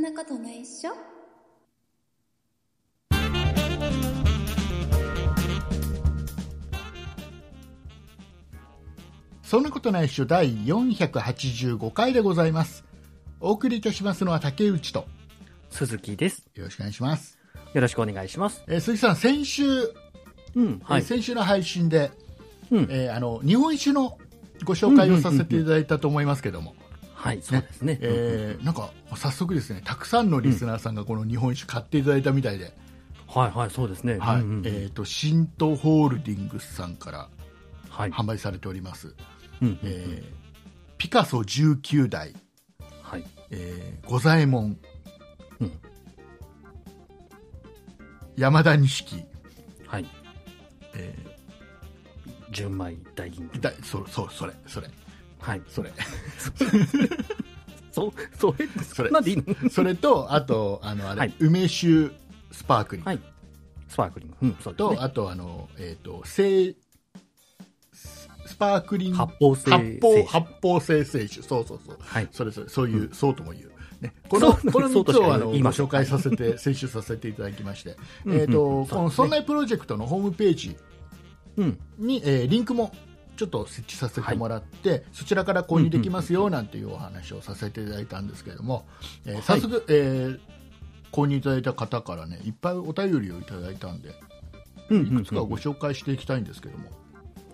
なことないっしょそんなことないっしょ第485回でございます。お送りいたしますのは竹内と、鈴木です。よろしくお願いします。よろしくお願いします。えー鈴木さん、先週、うん、はえーい。先週の配信で、うん、えーあの、日本酒のご紹介をさせていただいたと思いますけども、はい、そうですね。えーなんか、早速ですね、たくさんのリスナーさんがこの日本酒買っていただいたみたいで、はい、はい、そうですね。はいうんうんえーと、新東ホールディングスさんからはい。販売されております、うんえーピカソ19代、はい。えー、五左衛門、うん山田錦はい。え純米大吟ー、だそうそうそれそれはい。そ れそ、それ、そそれれ、なんでいいのそれとあとあのあれ、はい梅酒スパークリングはい。スパークリング。うん、そうですと、ね。あとあのえっ、と清ススパークリング発泡性。発泡発泡性清酒そうそうそうはい。それそれそういう、そうとも言う、ね、このそうこの3そうとつしかを言あうのご言いません紹介させて 選手させていただきましてうんうんえーとそうこの「ですそねんないプロジェクト」のホームページうん。に、えーリンクもちょっと設置させてもらって、そちらから購入できますよなんていうお話をさせていただいたんですけれども、えー早速、えー購入いただいた方からねいっぱいお便りをいただいたんでうんいうん。くつかご紹介していきたいんですけども、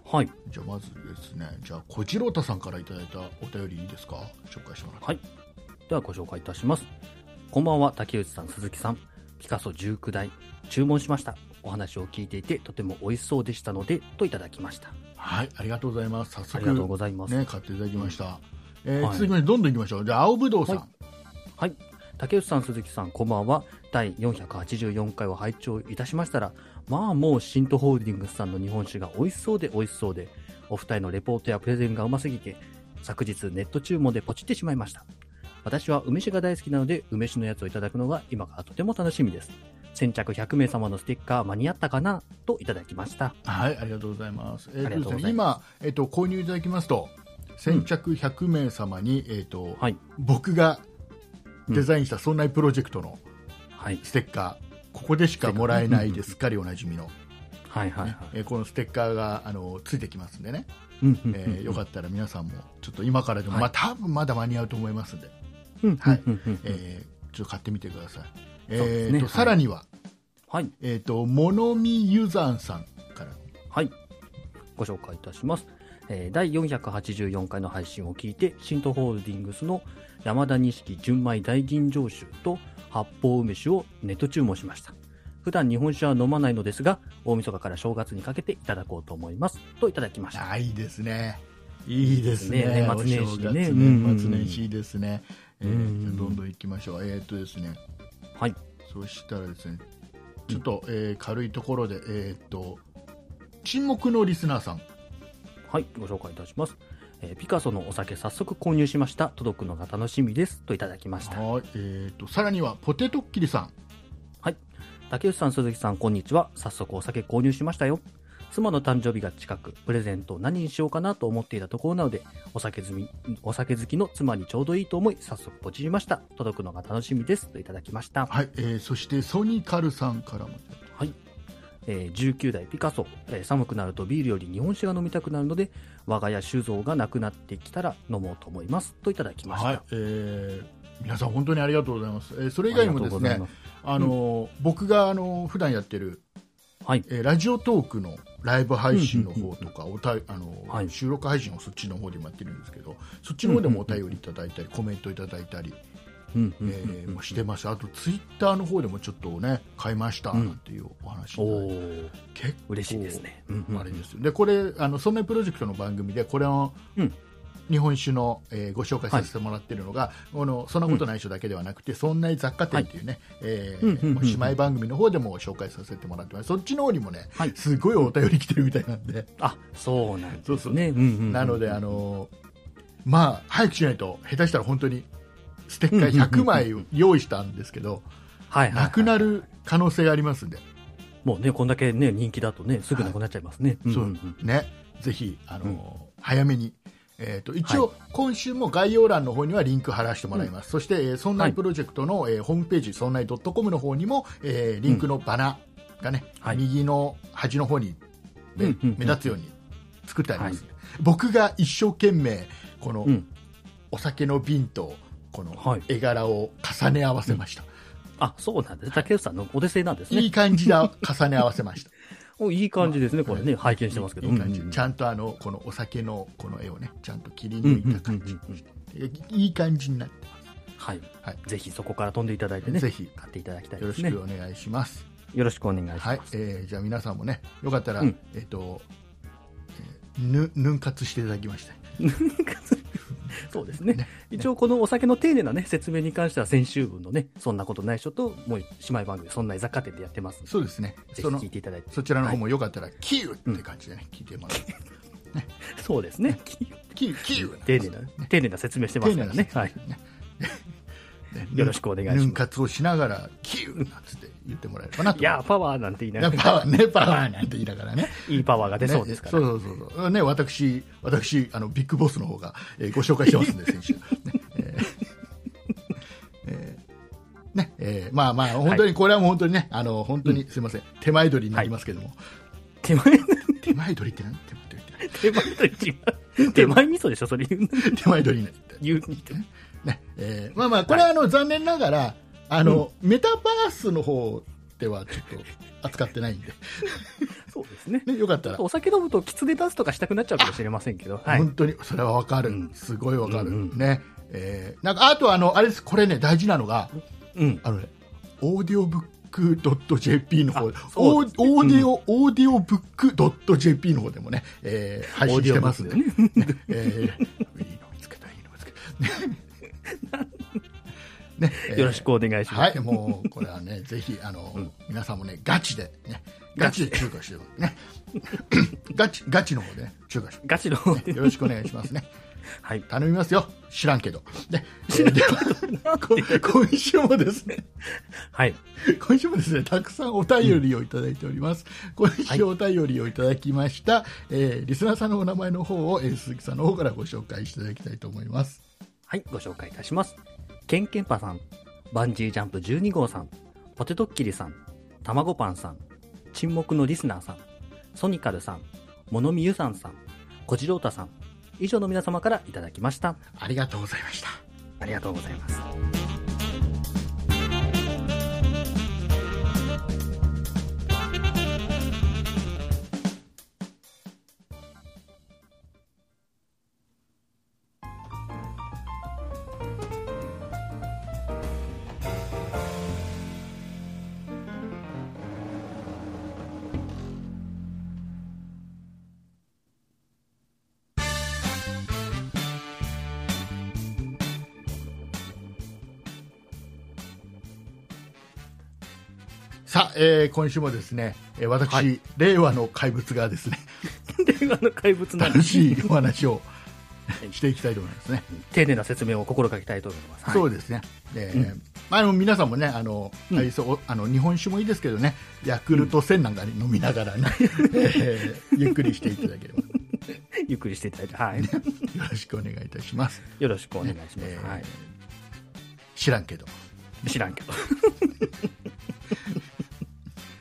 はい。じゃあまずですねじゃあ小次郎太さんからいただいたお便りいいですか紹介してもらって。はい。ではご紹介いたします。こんばんは、竹内さん、鈴木さん。ピカソ19代、注文しました。お話を聞いていて、とても美味しそうでしたので、といただきました。はい、ありがとうございます。早あ速りがとうございます。ね、買っていただきました。えーはい続きまして、どんどん行きましょう。じゃあ、青ぶどうさん。ははい。竹内さん、鈴木さん、こんばんは。第484回を拝聴いたしましたら、まあもうシントホールディングスさんの日本酒が美味しそうで美味しそうで、お二人のレポートやプレゼンがうますぎて、昨日ネット注文でポチってしまいました。私は梅酒が大好きなので、梅酒のやつをいただくのが今からとても楽しみです。先着100名様のステッカー間に合ったかなといただきました。はい、ありがとうございます。えーありがとうございまですすね今、えっ、と、購入いただきますと、先着100名様に、えっ、と、はい。僕がデザインしたそんなプロジェクトのはい。ステッカー、ここでしかもらえないですっかりおなじみの、ねはいはいはい。えーこのステッカーがあのついてきますんでね、うんえーよかっったら皆さんもちょっと今からでも、はいまあ多分まだ間に合うと思いますんで、た。うんはいうんうんうんえーちょっと買ってみてください。えそうですーねとはいさらには、はい。えっ、と、ものみゆざんさんから。はい。ご紹介いたします。えー第484回の配信を聞いて、シントホールディングスの山田錦純米大吟醸酒と発泡梅酒をネット注文しました。普段日本酒は飲まないのですが、大晦日から正月にかけていただこうと思います。といただきました。あ、いいですね。いいですね。ね年末年始お正月ね年末年始いいですね。えうんーうんじゃあどんどん行きましょう。えっ、とですね、はい。そしたらですね、ちょっと、えー軽いところで、えっ、と、沈黙のリスナーさん。はい、ご紹介いたします。えーピカソのお酒早速購入しました。届くのが楽しみです。といただきました。はい。えっ、と、さらには、ポテトッキリさん。はい。竹内さん、鈴木さん、こんにちは。早速お酒購入しましたよ。妻の誕生日が近く、プレゼントを何にしようかなと思っていたところなので、お酒済み、お酒好きの妻にちょうどいいと思い、早速ポチりました。届くのが楽しみです。といただきました。はい。えーそして、ソニカルさんからも。はい。えー19代ピカソ、えー寒くなるとビールより日本酒が飲みたくなるので、我が家酒造がなくなってきたら飲もうと思います。といただきました。はい。えー皆さん本当にありがとうございます。えーそれ以外にもですありがねとうござい、ますあの、僕があの普段やってるはい。えーラジオトークのライブ配信の方とか、おたあのはい収録配信をそっちの方でもやってるんですけど、そっちの方でもお便りいただいたり、コメントいただいたり、うんえうんーもしてます、あとツイッターの方でもちょっとね、買いましたなんていうお話おになって、ー結構嬉しいですね。うんうんあれですよでこれ、あのそんなプロジェクトの番組で、これを、うん日本酒の、えーご紹介させてもらってるのが、このそんなことない人だけではなくて、そんな雑貨店っていうね、えーうんうんうんもう姉妹番組の方でも紹介させてもらってます、そっちの方にもね、はいすごいお便り来てるみたいなんで、あ、そうなんですそうそうね。うんうんうんなので、あのまあ、早くしないと、下手したら本当にステッカー100枚用意したんですけど、はいはいはいなくなる可能性がありますんで、もうね、こんだけね、人気だとね、すぐなくなっちゃいますね。そんうんんね、ぜひ、あの早めに、えー、と一応、今週も概要欄の方にはリンク貼らせてもらいます、そして、えー、そんなはいいプロジェクトの、えーホームページ、そんない .com の方にも、えーリンクのバナーがね、はい右の端の方に目,、うんうんうん目立つように作ってあります、僕が一生懸命、このうん。お酒の瓶とこのはい絵柄を重ね合わせました、あ、そうなんです。竹内さんのお手製なんですいねい。感じで重ね合わせました。おいい感じですね、これね。拝見してますけど。いい感じうんうんうんちゃんとあのこのお酒のこの絵をねちゃんと切り抜いた感じうんうんうんいい感じになってはい。はいぜひそこから飛んでいただいてね。ぜひ買っていただきたいよろですしね。くお願いしますよろしくお願いします。はい、えーじゃあ皆さんもねよかったら、うんえっ、と、えーぬぬん活していただきましたそうですねね一応このお酒の丁寧なね、説明に関しては先週分のね、そんなことない人と、もう姉妹番組、そんな居酒屋店でやってますんで。そうですねぜひその聞いていただいて。そちらの方もよかったら、キーウって感じでね聞いてもらうそうで すね。キ ーウキーウ丁寧な、丁寧な説明してますからね。はい。よろしくお願いしますぬん活をしながらキーウなんつって言ってもらえればなと いやー、パワーなんて言いながら、パワーねパワーなんて言いながらねいいパワーが出そうですから。ねそうそうそうそうね、私、私あの、ビッグボスの方が、えーご紹介してますんで、選手。ねえーえーねえーまあまあ、本当に、これはもう本当にね、あの本当にすみません、手前取りになりますけども、手前、手前取りって何手前取りって手前と違う。手前味噌でしょ、それ言う何手前取りになって、言うにと。ねえーまあまあ、これはあの、残念ながらあの、メタバースの方ではちょっと扱ってないんで、そうですね。ね、よかったら、お酒飲むと、狐出すとかしたくなっちゃうかもしれませんけど。はい本。当にそれはわかる、うんすごいわかる、うんうんねえーなんかあとあのあれですこれね大事なのがうん。あのねオーディオブックドット JP の方、あオそうーですねオーディオ、オーディオブックドット JP の方でもね、えー、配信してますんで、オーねデえーいいの見つけた、いいの見つけ た。ねえーよろしくお願いしまはす。い、もうこれは ね、ぜひあの、皆さんもね、ガチで、ね、ガチで中華してくださいね、 ガチ、ガチの方で、ね、中華してくガチの、ださいよろしくお願いしますね。はい。頼みますよ知らんけどでえーではこ 今週もですねはい。今週もですねたくさんお便りをいただいております、今週お便りをいただきました、えーリスナーさんのお名前の方を、えー鈴木さんの方からご紹介していただきたいと思いますはい、ご紹介いたします。ケンケンパさん、バンジージャンプ12号さん、ポテトッキリさん、たまごパンさん、沈黙のリスナーさん、ソニカルさん、モノミユさんさん、コジロータさん、以上の皆様からいただきました。ありがとうございましたありがとうござ います。さあ、えー今週もですねえー私、はい令和の怪物がですね令和の怪物なんで楽しいお話をしていきたいと思いますね丁寧な説明を心がけたいと思います。はい、そうですね。えーまあ、あの皆さんもね、あの、うんあれそうあの日本酒もいいですけどね、ヤクルト1000なんかに飲みながらね、 えーゆっくりしていただければ、ゆっくりしていただいて、はい。よろしくお願いいたします。よろしくお願いします。 えーはい。知らんけど。知らんけど。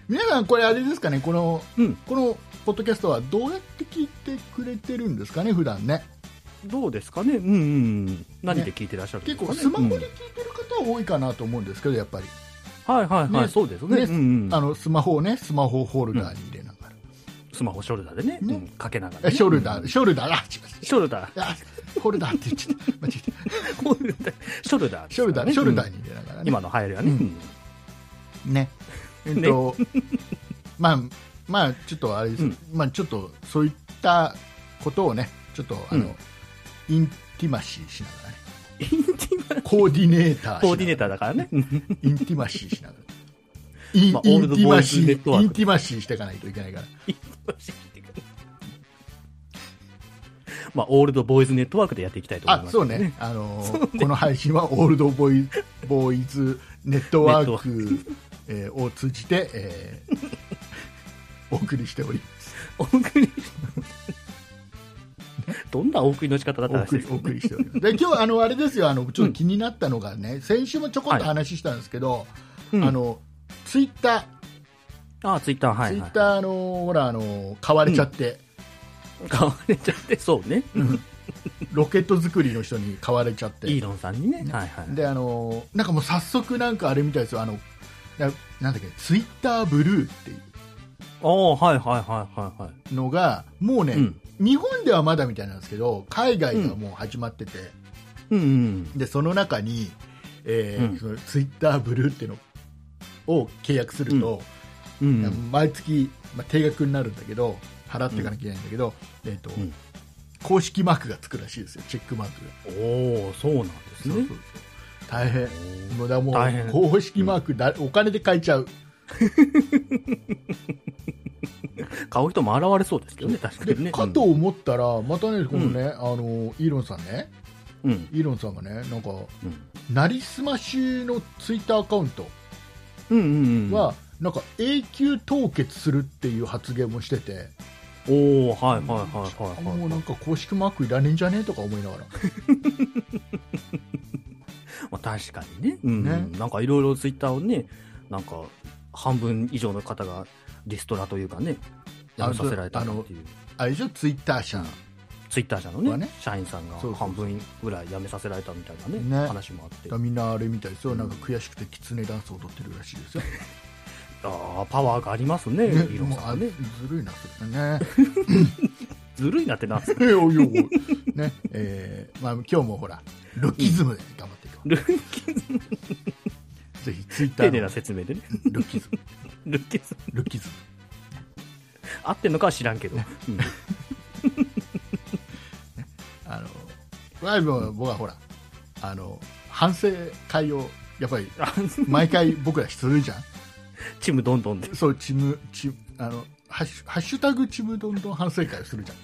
皆さん、これあれですかね、この、うんこのポッドキャストはどうやって聞いてくれてるんですかね、普段ね。どうですかねうんうんうん。何で聞いてらっしゃるんで結すか、ね構スマホで聞ういんてる方は多いかなと思うんですけど、やっぱり。はいはいはい、ねそうですね。ねうんうんあの、スマホをね、スマホをホルダーに入れながら。スマホショルダーでね、ねうんかけながら、あね。ショルダうー、んショルダー、あ、違うショルダー。 あホルダーって言っちゃった。間違えた。ホルダーショルダー、ショルダー、ショルダーに。に入れながらね。今の流行りはね。うんね。えっと、まあ、まあ、ちょっとあれです、うんまあ、ちょっとそういったことをね、ちょっと、あの、インティマシーしながらね。インティマコーディネーターしながら。コーディネーターだからね。うんインティマシーしなが ら。イン,、まあオールテドィボーマイシズネットワー、ーイクンティマシーしていかないといけないから。 まあ、オールドボーイズネットワークでやっていきたいと思いあ、ます。そうね。。あのー、この配信はオールドボーイボーイズネットワー ク、えーを通じて、えーお送りしております。お送り。どんなお送りの仕方だったおらし送いりですお送りしております。で今日あのあれですよあのちょっと気になったのがね、先週もちょこっと話したんですけど、うんあのツイッタああ、ツイッター、ー、はツい、はい。イッターあのほらあの買われちゃって、ー。買われちゃって、そうね。ロケット作りの人に買われちゃって、イーロンさんにね。はいはい。であのなんかもう早速なんかあれみたいですよあのななんだっけツイッターブルーっていああ、はいはいはいはいはい。うのがもうね、うん日本ではまだみたいなんですけど海外がもう始まってて、うんうん。でその中に、えーうんそのツイッターブルーっていうのを契約すると、うんうん。毎月、まあ、定額になるんだけど払っていかなきゃいけないんだけど、えーとん公式マークがつくらしいですよチェックマークが。おおそうなんですそうそうねそう大変もうだも大変う公式マークだ、お金で買えちゃう買う人も現れそうですけどね確かにねかと思ったらまたねこのね、あのイーロンさんねうんうんイーロンさんがねなんかうんなりすましのツイッターアカウントうんうんは、なんか永久凍結するっていう発言もしてて、おおはいはいはいはいもはうい、なんまか公式マークいらねえんじゃねえとか思いながら あ、確かにね,、うんうん、なんかいろいろツイッターをねなんか半分以上の方がリストラというかねやめさせられたっていうあれでしょツイッター社、ツイッター社のはねね社員さんがそうそうそう半分ぐらいやめさせられたみたいなねね話もあってみんなあれみたいですよなんか悔しくてキツネダンス踊ってるらしいです よ、ああパワーがありますねイねーロンもうさあんずはねるいなそれね ずるいなって なんすかいやいやいやねえーまあ、今日もほらルキズムで頑張っていこう、ルッキズぜひツイッタ丁ー寧なの説明でねルキズムルッキズルキズム合ってんのかは知らんけど、うんあのライブは僕はほらあの反省会をや っぱりあ毎回僕らするじゃんチームどんどんで。そうチムチムあのハッシュハッシュタグちむどんどん反省会をするじゃ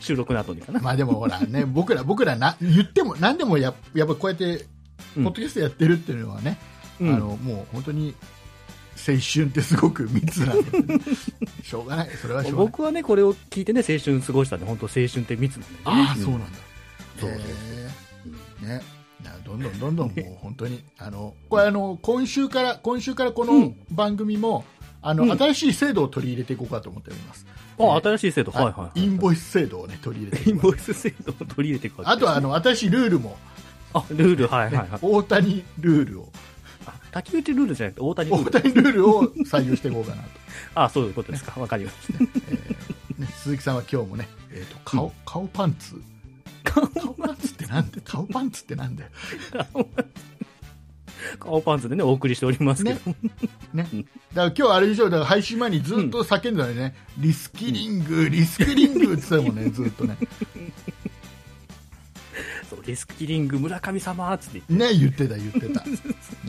収録の後にかな。んまあでもほら ね僕ら僕らな言っても何でもややっぱこうやってポうんッドキャストやってるっていうのはね、うんあのもう本当に青春ってすごく密 なので、しょうがないそれはしょうがない僕はね、これを聞いてね、青春過ごしたんで、本当青春って密なんで、ね。ああんそうなんだ、そうそうへーねなどんどんどんどんもう本当にあのこれあの今週から今週からこうのん番組も、あのうん新しい制度を取り入れていこうかと思っております。あ、新しい制度。はいはいはい。インボイス制度を、ね、取り入れていインこうボイス制度を取り入れていくわけあとはあの新しいルールも、あ、ルール、はいはいはい。大谷ルールをあ竹内ルールじゃなくて、大谷ル大ール。谷ルールを採用していこうかなと、あ、そういうことですか。わかりました。 えーね鈴木さんは今日もね、えー、と顔顔パンツ顔パンツってなんで顔パンツってなんだよ顔パンツでね、お送りしておりますけど。ね、だから今日あれでしょ、だから配信前にずっと叫んでたのにね、リスキリング、リスキリングって言ってたも んね、ずっとね、そうリスキリング、村上様っつって言って。ね言ってた、言ってた、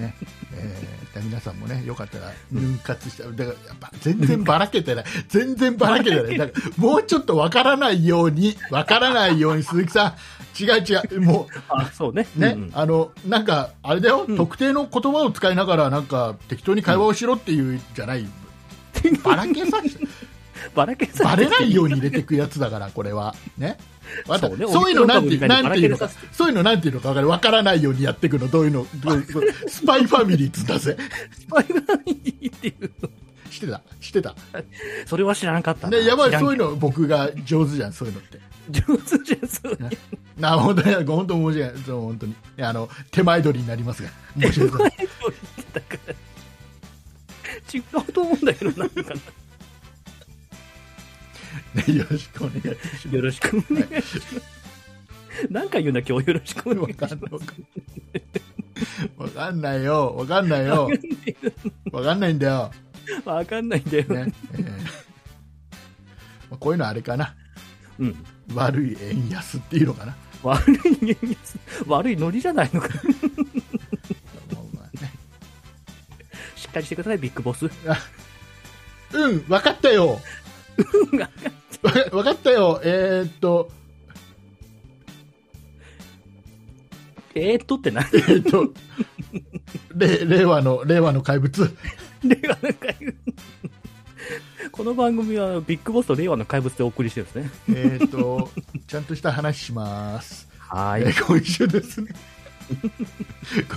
ねえーだから皆さんもね、よかったら、分割した、だからやっぱ全然ばらけてない、全然ばらけてない、だからもうちょっとわからないように、わからないように、鈴木さん、違う違う、もあ、そうね。うね、うんうんあのなんか、あれだよ、特定の言葉を使いながら、なんか適当に会話をしろっていうじゃない、ばらけさせて。バラけさバレないように入ね。れていくやつだから、これは。ね。またそそううねいうのなんていうオミクロン株みたいになんていうのバラかけさせ、そういうのなんていうのか分かる。わからないようにやっていくの、どういうの、どういうどういうスパイファミリーっつったぜ。スパイダーいいっていう。してた、してた。 それは知らなかったな。ね、やばい、そういうの。の僕が上手じゃん、そういうのって。上手じゃん、そういうの。な、本当に、本当申し訳ない。そう、本当に。いやあの、手前取りになりますが。申し訳ない。だから 違うと思うんだけどなんかなね、よろしくお願いします。 よろしくお願いしますなんか言うな今日よろしくお願いわしかまんすない。わかんないよ、わかんないよ。わかんないんだよ。わかんないんだよ、ね。えーまあこういうのあれかな。うん、悪い円安っていうのかな、悪い人間悪いノリじゃないのかまあまあねしっかりしてくださいビッグボスうん、分かったよ、分かったよ、えー、っと、えーっとって何えー、っと、れ令和の令和の怪物、令和の怪物この番組はビッグボスと令和の怪物でお送りしてるんですえね。っと、ちゃんとした話します。はえー今週ですね。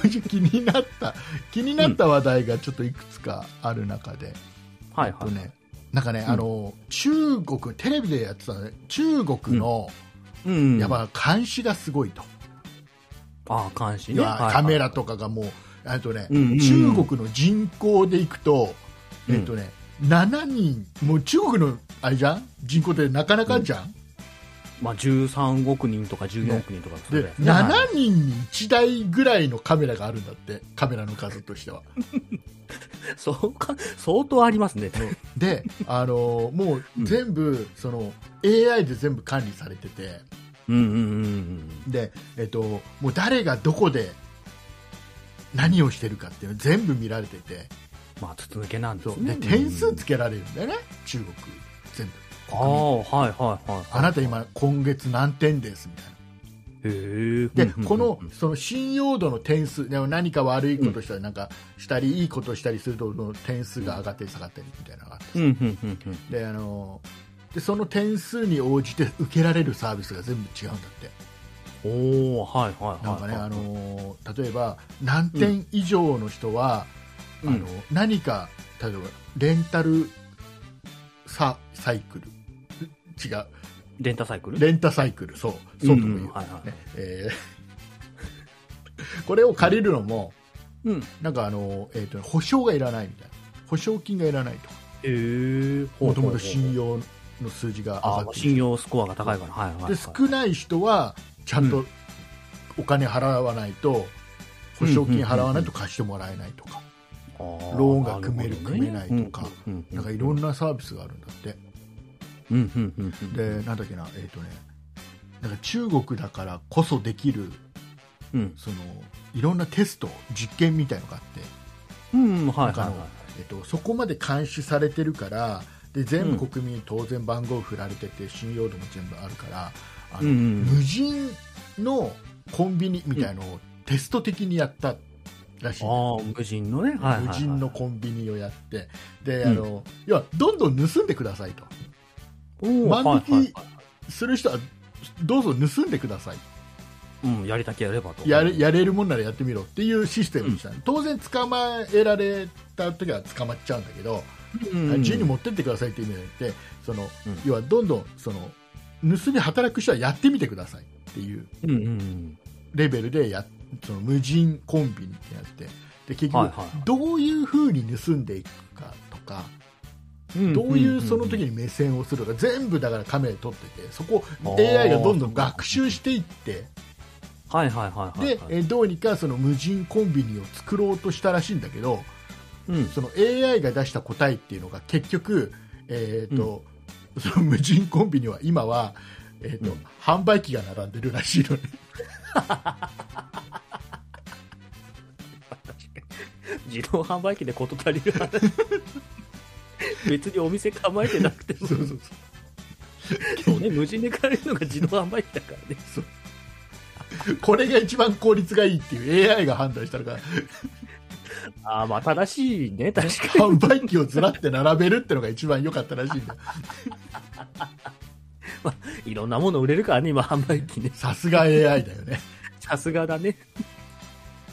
今週気になった、気になった話題がちょっといくつかある中で、はいえっはとい。ね、なんかね、あの、中国、テレビでやってたのね、中国の、うんやっぱ監視がすごいと。ああ、監視いね。やはいはいカメラとかがもう、えっとね、うんうんうん中国の人口でいくと、うんえっとね、7人、もう中国のあれじゃん、人口ってなかなかじゃん、まあ、13億人とか14億人とかそれでぐらいすね7はい人に1台ぐらいのカメラがあるんだって、カメラの数としては。そうか、相当ありますね。で、あのーもう全部、その AI で全部管理されてて、 うんうんうんうん。でえっと、もう誰がどこで何をしてるかっていうの全部見られてて、まあ、筒抜けなんでそすうでね。点数うんつけられるんだよね、中国、全部。ああ、はいはいはい。あなた今、今月何点ですみたいな。へえ。で、うんうんうんこの、その信用度の点数、でも何か悪いことしたり、なんかしたり、いいことしたりすると、その点数が上がったり下がったりみたいなのがあってうんうんうんうん。で、あの、で、その点数に応じて受けられるサービスが全部違うんだって。おおはいはいはい。なんかね、あの、例えば、何点以上の人は、うんあの、何か、例えば、レンタルサ、サイクル。違う。レンタサイクルレンタサイクル、そう、そうとも言う。んんはいはいねえー これを借りるのも、うん。なんかあの、えー、と保証がいらないみたいな、保証金がいらないとか、へえ。もともと信用の数字があ上ーがってる信用スコアが高いから。はいはいはい。で少ない人は、ちゃんうとお金払わないと、保証金払わないと貸してもらえないとか、あーローンが組めるなほどね組めないとかうんうんなんかいろんなサービスがあるんだって、うんうんうんうんでなんだっけな、えーとね、なんか中国だからこそできるうんその、いろんなテスト、実験みたいのがあって。うんはいなんかはあいのはえっと、そこまで監視されてるからで全部国民に当然番号振られてて信用度も全部あるからあいの、うんうん無人のコンビニみたいのをテスト的にやったらしい、ああ無人のねはいはいはい無人のコンビニをやってであの、いやどんどん盗んでくださいとおー万引きはいはいはいする人はどうぞ盗んでくださいうんやりたきゃやればとやれやれるもんならやってみろっていうシステムにしたの、当然捕まえられた時は捕まっちゃうんだけど、うん自由に持ってってくださいっていう意味でその、うん要はどんどんその盗み働く人はやってみてくださいっていううんうんうんレベルでやその無人コンビニってやってで結はい局はいはいどういうふうに盗んでいくかとか、うんどういうその時に目線をするか、全部だからカメラで撮っててそこ AI がどんどん学習していってはいはいはいはいでえどうにかその無人コンビニを作ろうとしたらしいんだけど、うんその AI が出した答えっていうのが結局、えーとその無人コンビニは今は、えーとうん販売機が並んでるらしいのね自動販売機で事足りる 別にお店構えてなくてもそうそうそうそうね無人で買えるのが自動販売機だからねこれが一番効率がいいっていう AI が判断したのがああまあ正しいね確かに販売機をずらって並べるってのが一番良かったらしいんだ いろんなもの売れるからね今販売機ねさすが AI だよねさすがだね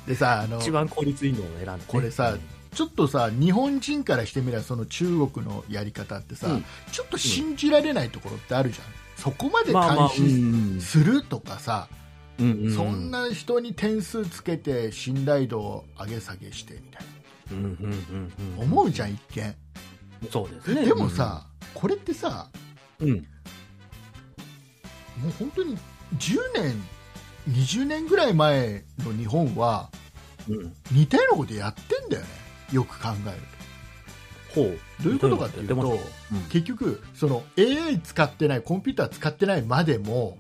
でさあの一番効率いいのを選んでね、これさちょっとさ日本人からしてみればその中国のやり方ってさ、うんちょっと信じられないところってあるじゃん、そこまでまあま監あ、う視んするとかさ、うんうん、そんな人に点数つけて信頼度を上げ下げしてみたいうんうんうんうんな思うじゃん一見そうですねでもさ、これってさうんうんもう本当に10年20年ぐらい前の日本はうん似たようなことやってんだよねよく考えるほうとどういうことかっていうとどういうこ結局その AI 使ってないコンピューター使ってないまでも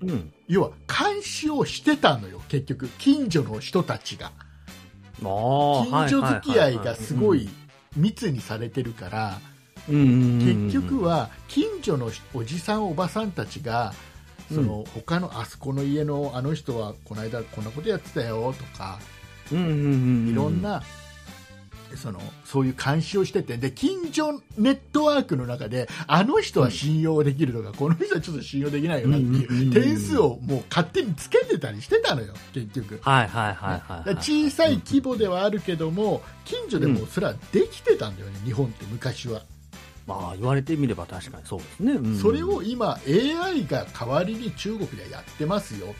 うんうん要は監視をしてたのよ結局近所の人たちがあー近所付き合いはははがすごい密にされてるから、うんうんうんうん結局は近所のおじさん、おばさんたちがその他のあそこの家のあの人はこの間こんなことやってたよとかうんうんうんうんいろんなそのそういう監視をしててで近所ネットワークの中であの人は信用できるとか、この人はちょっと信用できないよなってうんうんうんいううん点数をもう勝手につけてたりしてたのよ、結局。はいはいはいはいはい、だから小さい規模ではあるけども近所でもそれはできてたんだよね、日本って昔は。まあ言われてみれば確かにそうですね、うんそれを今、AI が代わりに中国ではやってますよ、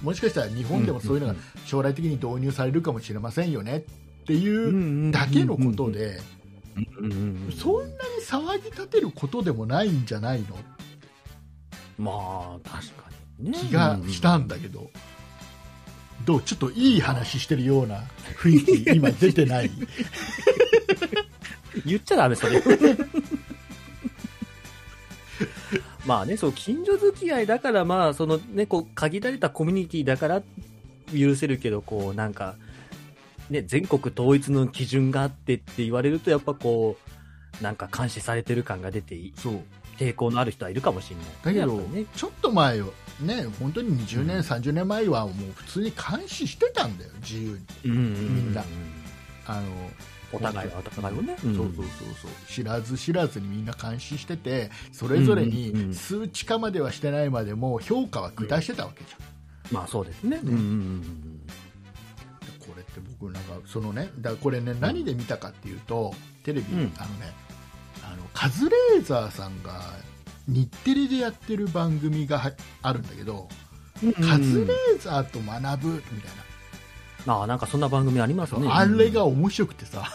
もしかしたら日本でもそういうのが将来的に導入されるかもしれませんよねっていうだけのこと、で、うんうんうんうんうんそんなに騒ぎ立てることでもないんじゃないのまあ確かにね気がしたんだけど、どうちょっといい話してるよう な雰囲気、今出てない、言っちゃダメそれ まあねそう近所付き合いだからまあそのねこう限られたコミュニティだから許せるけどこうなんかね全国統一の基準があってって言われるとやっぱこうなんか監視されてる感が出ていそう抵抗のある人はいるかもしれないだけど、やっぱねちょっと前よ、ね、本当に20年、うん30年前はもう普通に監視してたんだよ、自由に。うんうんみんうなんあのお互いはお互いをね、そうそうそうそう知らず知らずにみんな監視しててそれぞれうんうんうにん数値化まではしてないまでも評価は下してたわけじゃん、まあそうですね、うんうんうんこれって僕なんかそのねだからこれね何で見たかっていうとテレビ、うんあのねあのカズレーザーさんが日テレでやってる番組がはあるんだけどうん「カズレーザーと学ぶ」みたいな、ああなんかそんな番組ありますねあれが面白くてさ、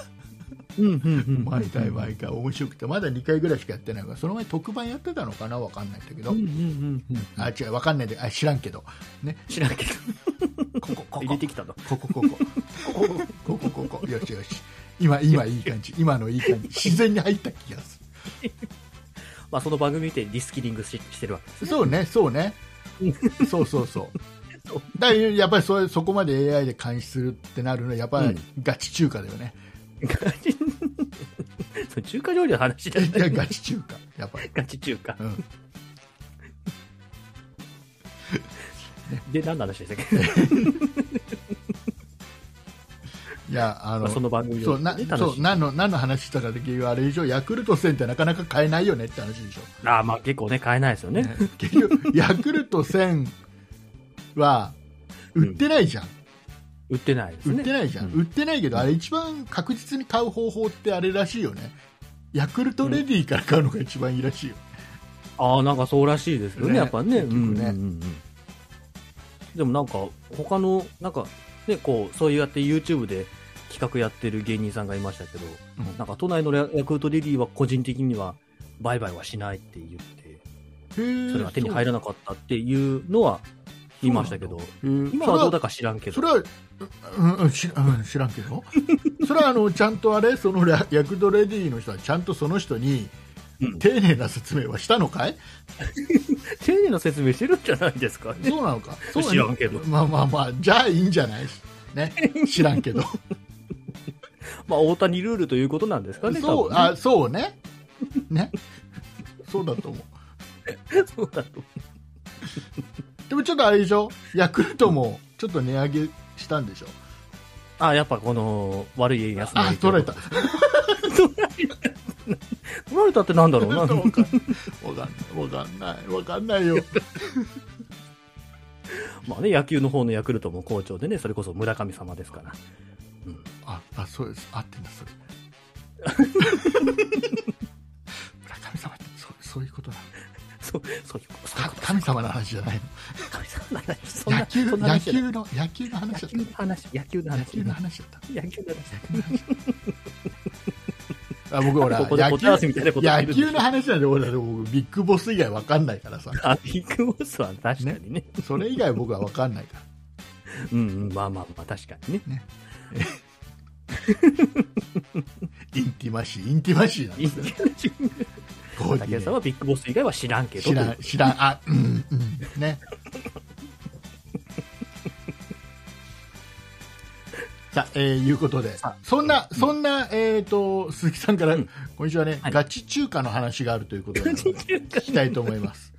うんうんうんうん毎回毎回面白くてまだ2回ぐらいしかやってないからその前特番やってたのかなわかんないんだけど、うんうんうんうんあ違うわかんないであ知らんけどね知らんけどここここ入れてきたのここここここここここよしよし今今いい感じ今のいい感じ自然に入った気がすまあその番組見てリスキリングししてるわけるそうねそうねそうそうそうそうだからやっぱりそれそこまで AI で監視するってなるのはやっぱうりんガチ中華だよ ね、それ中華料理の話じゃないいやガチ中華やっぱり、ガチ中華うん、で何の話でしたっけ、いやあの、まあ、その番組そうを、なね、そ楽しうい何の何の話したかだけどあれ以上ヤクルト1000ってなかなか買えないよねって話で しょああまあ結構ね買えないですよね結局ヤクルト1000は売ってないじゃん、売ってないですね売ってないじゃん、うん売ってないけどあれ一番確実に買う方法ってあれらしいよねヤクルトレディーから買うのが一番いいらしいよ、ああなんかそうらしいですよねねやっぱね結局ねうんうんうんでもなんか他のなんかねこうそうやって YouTube で企画やってる芸人さんがいましたけど、うんなんか都内のヤクルトリリーは個人的には売買はしないって言ってへえそれは手に入らなかったっていうのは言いましたけど今今はどうだだか知らんけそどれはうんうん知らうん知らんけど それはあのちゃんとあれそのヤヤクルトレディーの人はちゃんとその人にうん丁寧な説明はしたのかい、丁寧な説明してるんじゃないですかねそうなのかそう知らんけどまあまあまあじゃあいいんじゃないね知らんけど まあ大谷ルールという ことなんですかねそう多分ねあそうねねそうだと思うそうだとでもちょっとあれでしょヤクルトもちょっと値上げしたんでしょ あやっぱこの悪い円安のあ影響取られた 取られたってなんだろうな わかんないわかんないわかんないよ まあね、野球の方のヤクルトも好調でね、それこそ村神様ですから。 ああそうです合ってんだそれ村神様ってそうそういうことなのそう、そういうこと。そういかうこと神様の話じゃない神様の話そんなの野球そんな野話じゃな球いの野球の話だった野球の話、野球の野話。球の話だった野球の話。あ僕ほらここで野答え合わせみたいな球ことやって野るんで球の話なんで俺だって僕ビッグボス以外わかんないからさあ、ビッグボスは確かにね。それ以外僕はわかんない からうんうん、まあまあまあ、確か にね。インティマシーインティマシーなんですよコーディネ竹ー内さトんはビッグボス以外は知らんけど。知らん知らんあうんうん ねさあ、えーいうことでさあそんな、そんな、えー、と鈴木さんから、うん今週はね、はいガチ中華の話があるということなのでガチ中華聞きたいと思います、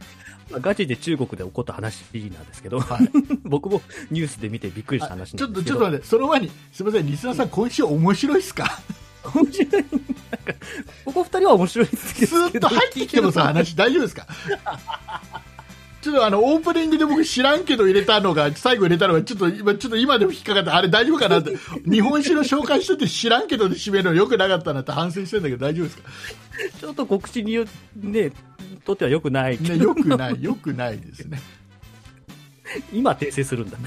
まあガチで中国で起こった話なんですけ ど、はい、僕もニュースで見てびっくりしたあ話ちなょっんでとすちけょっど。と待ってその前にすみませんリスナーさん今週面白いっすか面白い。なんか、ここ二人は面白いですけど。ずーっと入ってきてもさ、話大丈夫ですかちょっとあの、オープニングで僕知らんけど入れたのが、最後入れたのが、ちょっと今、ちょっと今でも引っかかって、あれ大丈夫かなって、日本史の紹介してて知らんけどで締めるの良くなかったなって反省してんだけど大丈夫ですか ちょっと告知によね、とっては良くないけど、ね、良くない、良くないです ね。今訂正する んだ。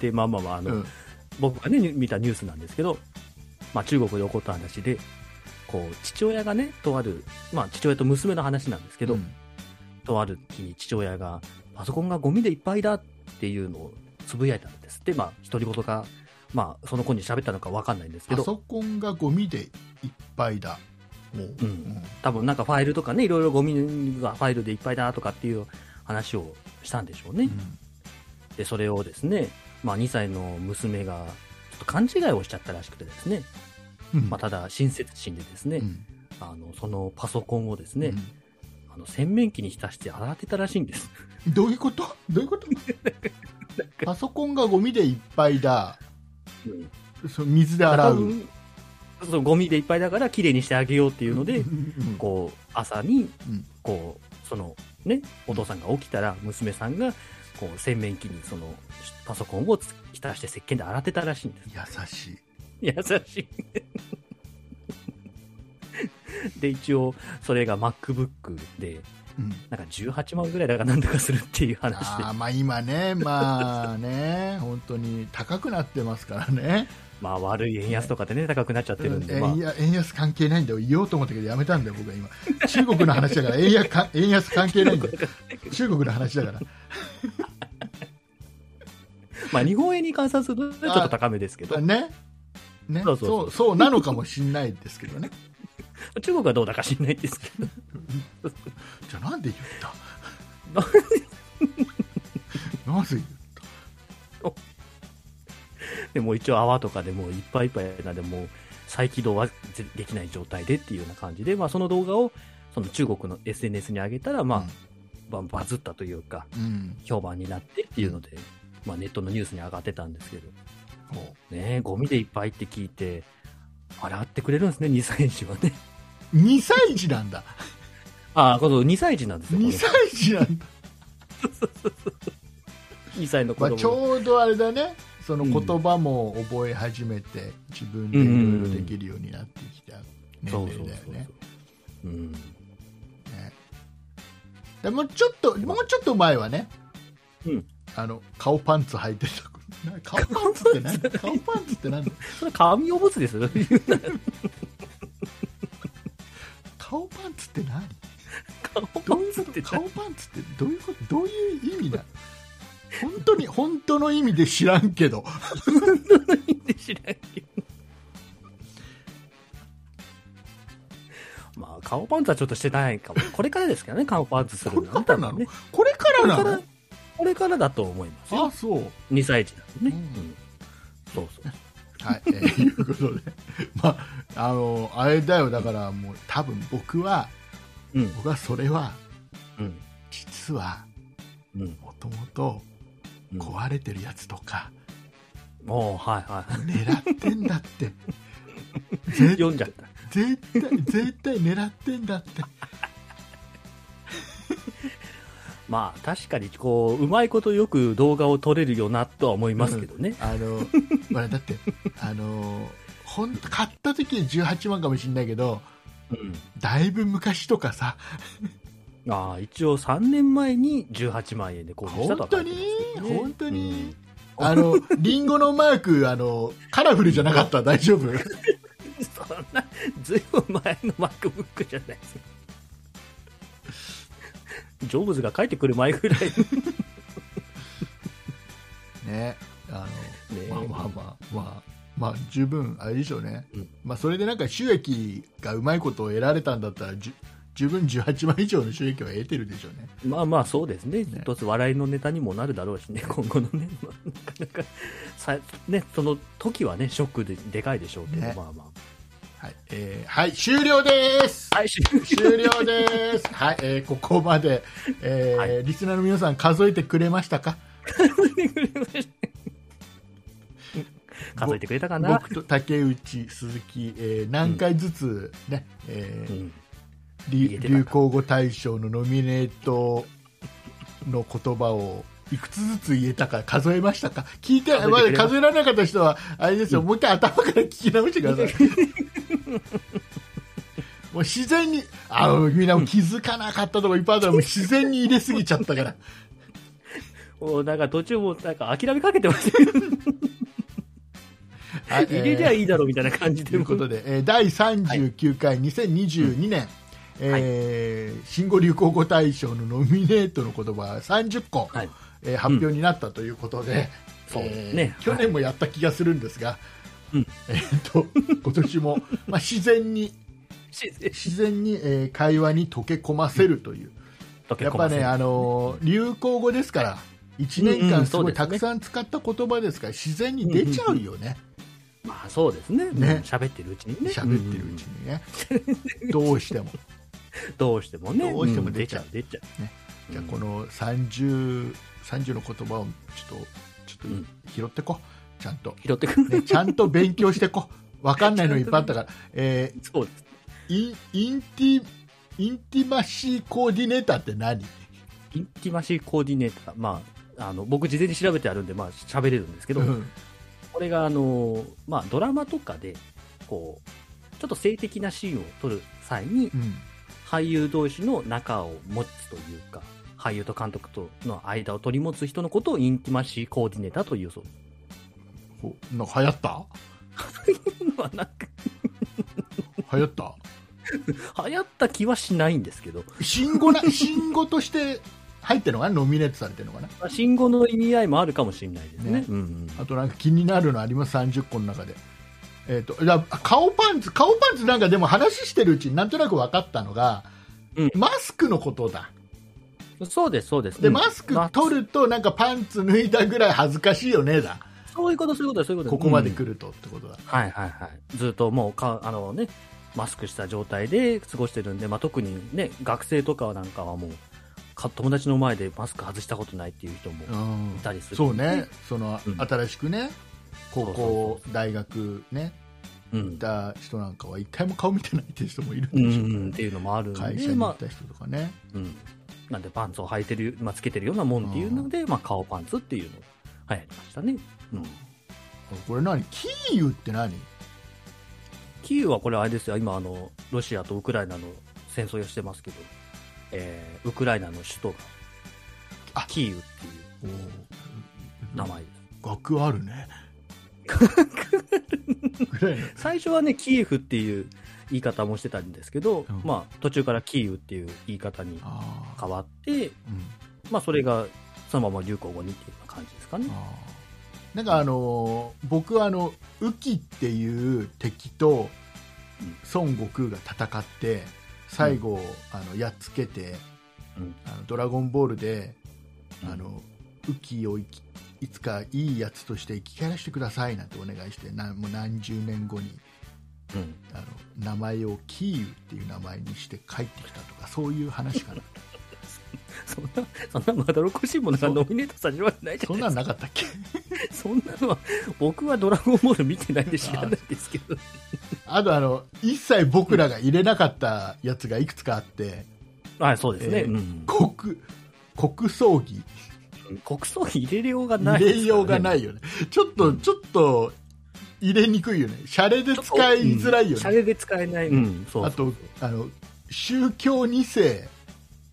で、まあまあまあ、あうの、ん。僕がね、ニュ見たニュースなんですけど、まあ中国で起こった話で、こう、父親がね、とある、まあ父親と娘の話なんですけけど、とある日に父親が、パソコンがゴミでいっぱいだっていうのをつぶやいたんですって、まあ独り言か、まあその子に喋ったのかわかんないんですけパど、ソコンがゴミでいっぱいだ。もう。うんうん多分なんかファイルとかね、いろいろゴミがファイルでいっぱいだとかっていう話をしたんでしょうね。で、それをですね、まあ2歳の娘がちょっと勘違いをしちゃったらしくてですね、うんまあただ親切心でですね、うんあの、そのパソコンをですね、うんあの、洗面器に浸して洗ってたらしいんです。どういうことどういうこと パソコンがゴミでいっぱいだ。そう水で洗多う。分そう、ゴミでいっぱいだから綺麗にしてあげようっていうので、うんこう、朝にうん、こう、その、ね、お父さんが起きたら、娘さんが、こう、洗面器にその、パソコンをつ浸して石鹸で洗ってたらしいんです。優しい。優 しい。 で、一応、それが MacBook で、うんなんか18万ぐらいだからなんとかするっていう話であー、まあ今ね、まあね、本当に高くなってますからね、まあ悪い円安とかでね、高くなっちゃってるんで、まあ円、安円安関係ないんだよ、言おうと思ったけど、やめたんだよ、僕は今、中国の話だから、円安か円安関係ないんだよ、中国の話だから、まあ日本円に換算するとちょっと高めですけど、ね、ねそうそうそそううそうなのかもしれないですけどね、中国はどうだか知んないですけど、じゃあ、なんで言 ったなぜ言っでもう一応泡とかでもういっぱいいっぱいなんで、もう再起動はできない状態でっていうような感じで、まあその動画をその中国の SNS に上げたら、まあ、ババズったというか、た、うん、評判になってっていうので、まあネットのニュースに上がってたんですけど、ほうねえゴミでいっぱいって聞いて、洗ってくれるんですね、2歳児はね。 2歳児なんだ、 ああ、この2歳児なんですよ、この2歳児なんだ、 2歳の子まあ、供ちょうどあれだね、そのうん言葉も覚え始めて、自分でいろいろできるようになってきた年そう齢そうそうだよね。そう。うん。でもうちょっともうちょっと前はね、うんあの顔パンツ履いて たな顔パンツって何顔パンツって何それ紙おむつ ですよ。顔パンツって何顔どうパいンうツこってと顔パンツってどういうことどういう意味なの本当に本当の意味で知らんけどって知らんけど。まあ、顔パンツはちょっとしてないかも。これからですけどね、顔パンツするこれのはかねらな多の、分ねこれからなこれのこれからだと思いますよ。あそう2歳児なんでね。うんうんそうそう。はい、えーいう ことでまああのあれだよだからもう多分僕はうん。僕はそれはうん。実はうん。もともとうん壊れてるやつとか、おーはいはい。狙ってんだって ぜ 読んじゃった。絶対絶対狙ってんだってまあ、確かに、こう、うまいことよく動画を撮れるよなとは思いますけどね。あのほらだってあのほん買った時は18万かもしれないけどうん。だいぶ昔とかさああ、一応3年前に18万円で購入したと本は書当いてにますけどね本当うんに、あのリンゴのマークあのカラフルじゃなかった大丈夫そんな、ずいぶん前の MacBook じゃないですか。ジョブズが帰ってくる前ぐらい ねあのね。のまあまあまあまあまあ十分あれでしょうね、うんまあ、それでなんか収益がうまいことを得られたんだったらじゅ十分18万以上の収益は得てるでしょうねまあまあそうですね、一つ笑いのネタにもなるだろうしね、今後のね、まあなかなかさ、ね、その時はね、ショックででかいでしょうけど、ねまあまはい、えーはい、終了ですあ。。はい、 終終了です。はい、えーここまで、えーはいリスナーの皆さん数えてくれましたか。了数えてくれたかな。僕と竹内、鈴木、えー何回ずつ、ねえうーんり言えてたか流行語大賞のノミネートの言葉をいくつずつ言えたか数えましたか聞いて数えてくれまましただ数えられなかった人はあれですよ、もう一回頭から聞き直してく ださいもう自然にあみんなも気づかなかったとこいっぱいあったらもう自然に入れすぎちゃった からおなんか途中もうなんか諦めかけてましたけど、はい入れりゃいいだろうみたいな感じで。ということで、えー第39回2022年、えー新語・流行語大賞のノミネートの言葉30個、はいえー発表になったということで、そうえーね去年もやった気がするんですが、うんえーっと今年も、まあ、自然に自然に、えー会話に溶け込ませるという、やっぱね、あのー流行語ですから1年うんう間んすそうごでいすたねくさん使った言葉ですから自然に出ちゃうよね。まあそうですね。ねね。喋ってるうちにね。喋ってるうちん にね、どうしても、どうしてもね。どうしてもん出ちゃう出ちゃう。じゃあこの 30, 30の言葉をちょっとちょうっんと拾ってこちゃんと、拾ってくる。ね、ちゃんと勉強してこ わかんないのいっぱいあったから、え そうです。ーインインティインティマシーコーディネーターって何インティマシーコーディネーター。まあ、あの、僕事前に調べてあるんで、まあ喋れるんですけど、うんこれがあのー、まあドラマとかで、こう、ちょっと性的なシーンを撮る際に、うん俳優同士の仲を持つというか、俳優と監督との間を取り持つ人のことをインティマシーコーディネーターという そう。ほなんか流行ったまあなん流行 ったか流行った気はしないんですけど、新語な新語として入ってるのかなノミネートされてるのかなまあ、信号の意味合いもあるかもしれないですね。ねうんうん、あとなんか気になるのあります30個の中で。えー、といや顔パンツ、顔パンツなんかでも話してるうちになんとなく分かったのが、うんマスクのことだ、そうです、そうです。でうんマスクまあ取るとなんかパンツ脱いだぐらい恥ずかしいよねだ、そういうこと、そういうこと、そういうこと。ここまでる。来るとってことだ、はいはいはい。ずっともうか、あのね、マスクした状態で過ごしてるんで、まあ、特にね、学生とかなんかはもう、か友達の前でマスク外したことないっていう人もいたりする。そうね、そのうん新しくね、高そうそ校、大学ね、ういん。た人なんかは一回も顔見てないっていう人もいるんうでんうしょうね、ん、っていうのもあるん会社で、に行まっあ、た人とかね、うん。なんでパンツを履いてる、まあ、つけてるようなもんっていうので、まあ、顔パンツっていうの、流行りましたね。うん。これ何、キーウって何キーウはこれあれですよ、今あの、ロシアとウクライナの戦争をしてますけど、えーウクライナの首都があ、キーウっていうおー名前です。学あるね。ぐらいの。最初はね、キエフっていう言い方もしてたんですけど、うんまあ、途中からキーウっていう言い方にああ、変わって、うん、まあ、それがそのまま流行語にっていうような感じですかね。あーなんかあのー僕はあの雨季っていう敵とうん孫悟空が戦って最後、あのやっつけて、うんあのドラゴンボールで、うんあの雨季を生きいつかいいやつとして生き返らせてくださいなんてお願いしてなもう何十年後にうん。あの名前をキーウっていう名前にして帰ってきたとかそういう話かなそんな、そんなまだろこしいものがそうノミネートされるわけないじゃそんなないんでなかったっけすか。そんなのは、僕はドラゴンボール見てないんで知らないですけど。あとあの一切僕らが入れなかったやつがいくつかあって、はい、そうですね。えーうん国国葬儀国葬儀入れようがない入ですからね、れようがないよねちょっと、うんちょっと入れにくいよねシャレで使いづらいよシャね、レで使えない。うん、そうあとあの宗教二世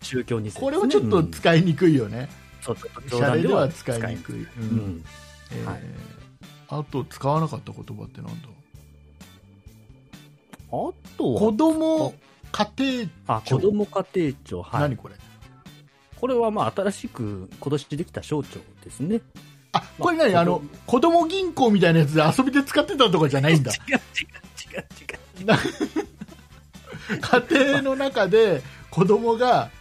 宗教にこれはちょっと使いにくいよね、そうちょっシと冗ャ談レでではは使いにくい、うい。んうん。えーはいあと使わなかった言葉ってなんだあと子は、供家庭、あ、子供家庭庁。はい何。これこれはまあ、新しく今年できた省庁ですね。あこれ何、まああの子供銀行みたいなやつで遊びで使ってたとかじゃない んだ違う違う違う違う。家庭の中で子供が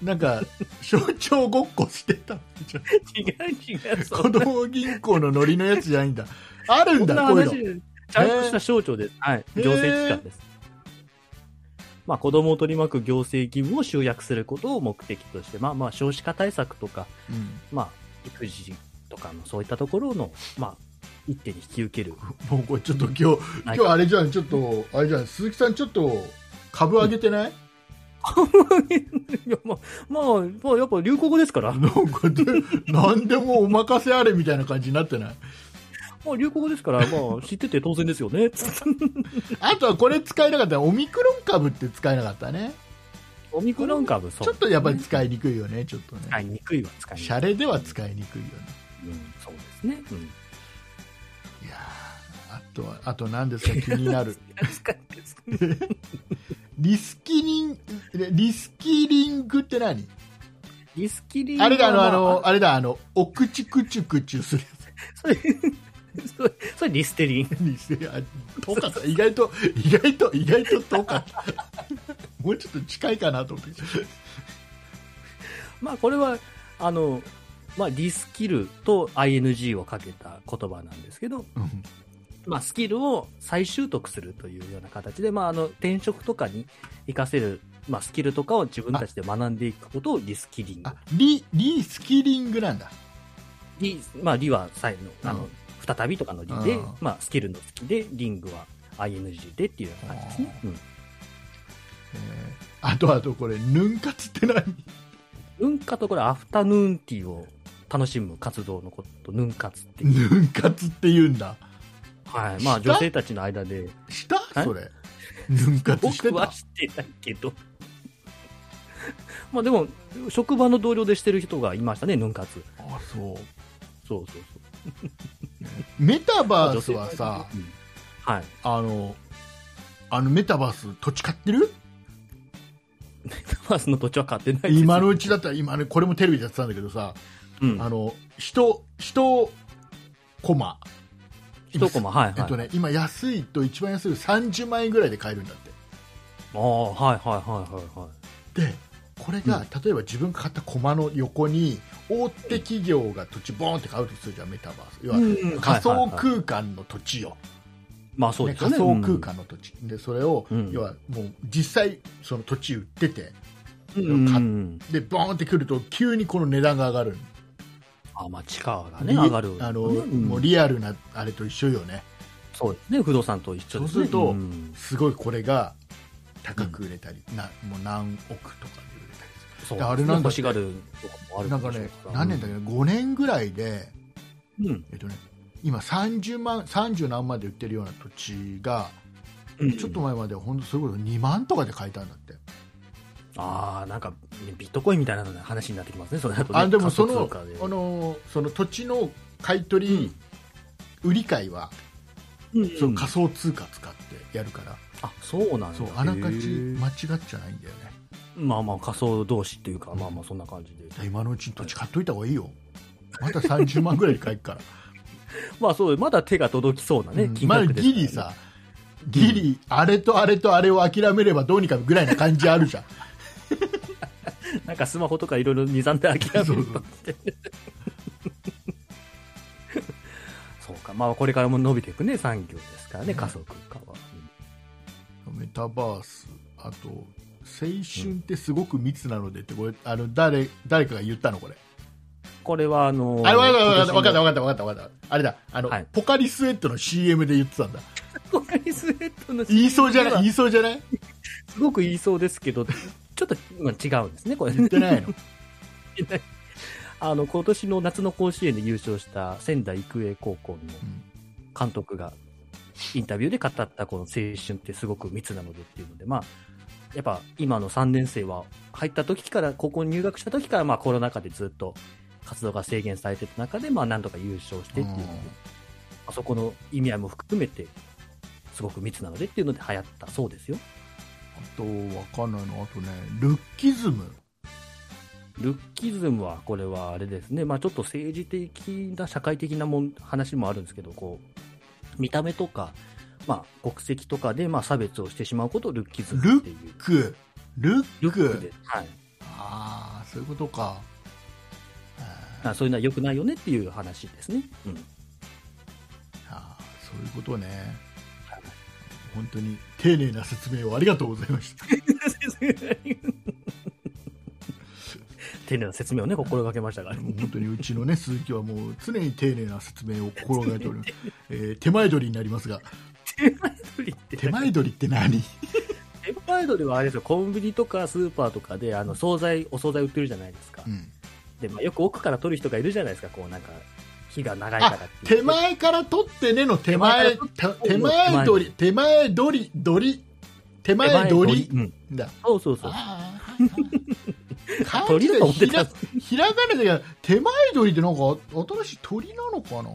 なん か象徴ごっこしてたんじゃん違う違う。そ子んな供銀行のノリのやつじゃないんだあるんだこうそいんなう話のちゃんとした省庁です。はい。へー行政機関です。まあ、子供を取り巻く行政義務を集約することを目的として、まあまあ、少子化対策とか、うんまあ、育児とかのそういったところの、まあ、一手に引き受ける。 もうこれちょっと今日、今日あれじゃん、ちょっと、あれじゃん、鈴木さんちょっと株上げてない、いや、まあ、まあ、まあ、やっぱ流行語ですから。まなんか で、なんでもお任せあれみたいな感じになってないあ、流行語ですから、まあ、知ってて当然ですよね。あとはこれ使えなかったらオミクロン株って使えなかったね。オミクロン株、そう。ちょっとやっぱり使いにくいよね、ちょっと使ね。いにくいは使いにシくい。ャレでは使いにくいよね。うん、そうですね。うん。いやーあとは、あと何ですか気になる。使いですね。 リスキリン、リスキリングって何リスキリングあれだ、あの、はあまの、あれだ、あの、お口くちゅくちゅするそれ、それ、それリステリン。にして、あ遠かった。意外と、 意外と、意外と遠か った。もうちょっと近いかなと思って。まあ、これは、あの、まあ、リスキルと ing をかけた言葉なんですけど、うんまあ、スキルを再習得するというような形で、まあ、あの転職とかに活かせる、まあ、スキルとかを自分たちで学んでいくことをリスキリングあ、リ、リスキリングなんだ。リ,、まあ、リは再のあの、うん再びとかのリで、うんまあ、スキルのスキでリングは ing でっていうような感じですね、うん、えーあとあとこれ、ヌン活って何 文化とこれアフタヌーンティーを楽しむ活動のことヌン活っていう、ヌン活って言うんだ。はいまあ、した女性たちの間でしたえそれ。ヌン活して僕はた。してないけど まあでも職場の同僚でしてる人がいましたねヌン活あ、そう。そうそうそうメタバースはさ、うんはい。 あの、あのメタバース土地買ってるメタバースの土地は買ってないです今のうちだったら、今ね、これもテレビでやってたんだけどさ、うんあ。の、人、人、コマ。一コマ、はいえっはい。とね、今安いと一番安い30万円ぐらいで買えるんだって。ああ、はいはいはいはいはい。で、これが、例えば自分が買ったコマの横に、大手企業が土地ボーンって買うとするじゃん、メタバース。要は、うん仮はいは想いはい空間の土地よ。まあそうねですよね。仮想空間の土地。で、それを、うん要はもう実際、その土地売ってて、うん。を買っうんで、ボーンってくると、急にこの値段が上がる。あ、まあ地価がね、上がる。あの、うんもうリアルな、あれと一緒よね。そうですね。不動産と一緒でそうすね。するとんすごいこれが高く売れたり、なもう何億とかで売れたりすそうであれなんだ欲しがるとかもあるるなんかでしょねうら何年だっけど5年ぐらいで、うん。えっとね、今30万30何万で売ってるような土地がうんちょっと。前までは本当それこそ2万とかで買えたんだって、ああ、なんか、ビットコインみたいな話になってきますね、それだとねあでもそ仮想の通貨であのその土地の買い取り、売り買いは、うんその仮想通貨使ってやるから、あ、そうなんだ。そうあながへちー間違っちゃないんだよねまあまあ仮想同士っていうか、まあまあそんな感じで。だから今のうちに土地買っといた方がいいよまた30万ぐらいで買えるから まあそう、まだ手が届きそうなね、うん金まあ額ですからねギリさ、ギリ、あれとあれとあれを諦めればどうにかぐらいな感じあるじ ゃん。なんかスマホとかいろいろ二三で諦 めるとかって。そうか、まあこれからも伸びていくね、産業ですからね、ね仮想空間は。メタバース、あと、青春ってすごく密なのでって、これ、あの、誰、誰かが言ったのこれ。これはあのーあれ、わかったわかった今年のわかったわかったわかったわかった。あれだ、あの、はいポカリスエットの CM で言ってたんだ。ポカリスエットの言いそうじゃない言いそうじゃないすごく言いそうですけど、ちょっとまあ違うんですね、これ言って ないの。あの、今年の夏の甲子園で優勝した仙台育英高校の監督がインタビューで語ったこの青春ってすごく密なのでっていうので、まあ、やっぱ今の3年生は入った時から、高校に入学した時から、まあコロナ禍でずっと活動が制限されてた中で、まあなんとか優勝してっていうので、まあそこの意味合いも含めて、すごく密なのでっていうので流行ったそうですよ。うんあと、わかんないの。あとね、ルッキズム。ルッキズムは、これはあれですね、まあ、ちょっと政治的な、社会的なもん話もあるんですけど、こう見た目とか、まあ、国籍とかでまあ差別をしてしまうことをルッキズムっていう、ク、ルッルックでク。、はい、ああ、そういうことか。あそういうのは良くないよねっていう話ですね。 うんああそういうことね本当に丁寧な 説明をありがとうございました丁丁寧な説明をね、心がけましたから。もう本当にうちのね、鈴木はもう常に丁寧な説明を心がけており ます。えー手前鳥になりますが、手前鳥って手前鳥って何手前鳥はあれですよ、コンビニとかスーパーとかで、あの、惣菜、お惣菜売ってるじゃないですか。うんで、まあ、よく奥から取る人がいるじゃないですか、こうなんか、火が長いからっていう手前から取ってねの手前、た手手前前鳥、手前鳥、鳥、手手前前鳥うん。だ。そうそうそう。あー漢 鳥字だと思っでてひたらひらがなで手前鳥ってなんか新しい鳥なのかな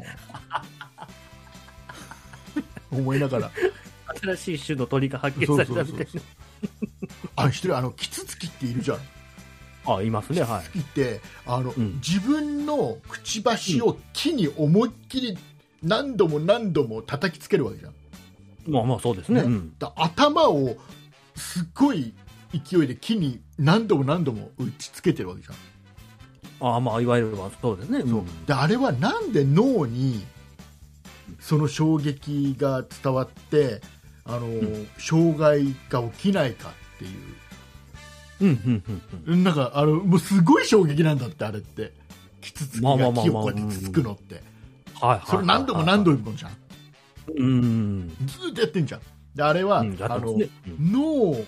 思いながら新しい種の鳥が発見そさうれそたうみそたういそうあ知ってるあのキツツキっているじゃんな。あ、いますね、はいキツツキってあの、うん自分のくちばしを木に思いっきり何度も何度も叩きつけるわけじゃん。まあまあ、そうですね。ねうん。だ頭をすっごい勢いで木に何度も何度も打ちつけてるわけじゃんあまあ、いわゆるは、そうですね。そううんであれはなんで脳にその衝撃が伝わってあの、ん障害が起きないかっていうん、うん、うんうん。うなんかあのもうすごい衝撃なんだってあれってキツツキまあまがあまあまあ木をこうやってつつくのってはいはいはいはい。それ何度も何度もじゃんうんうんうん。ずーっとやってんじゃんであれは、うんやってあますのねうん脳を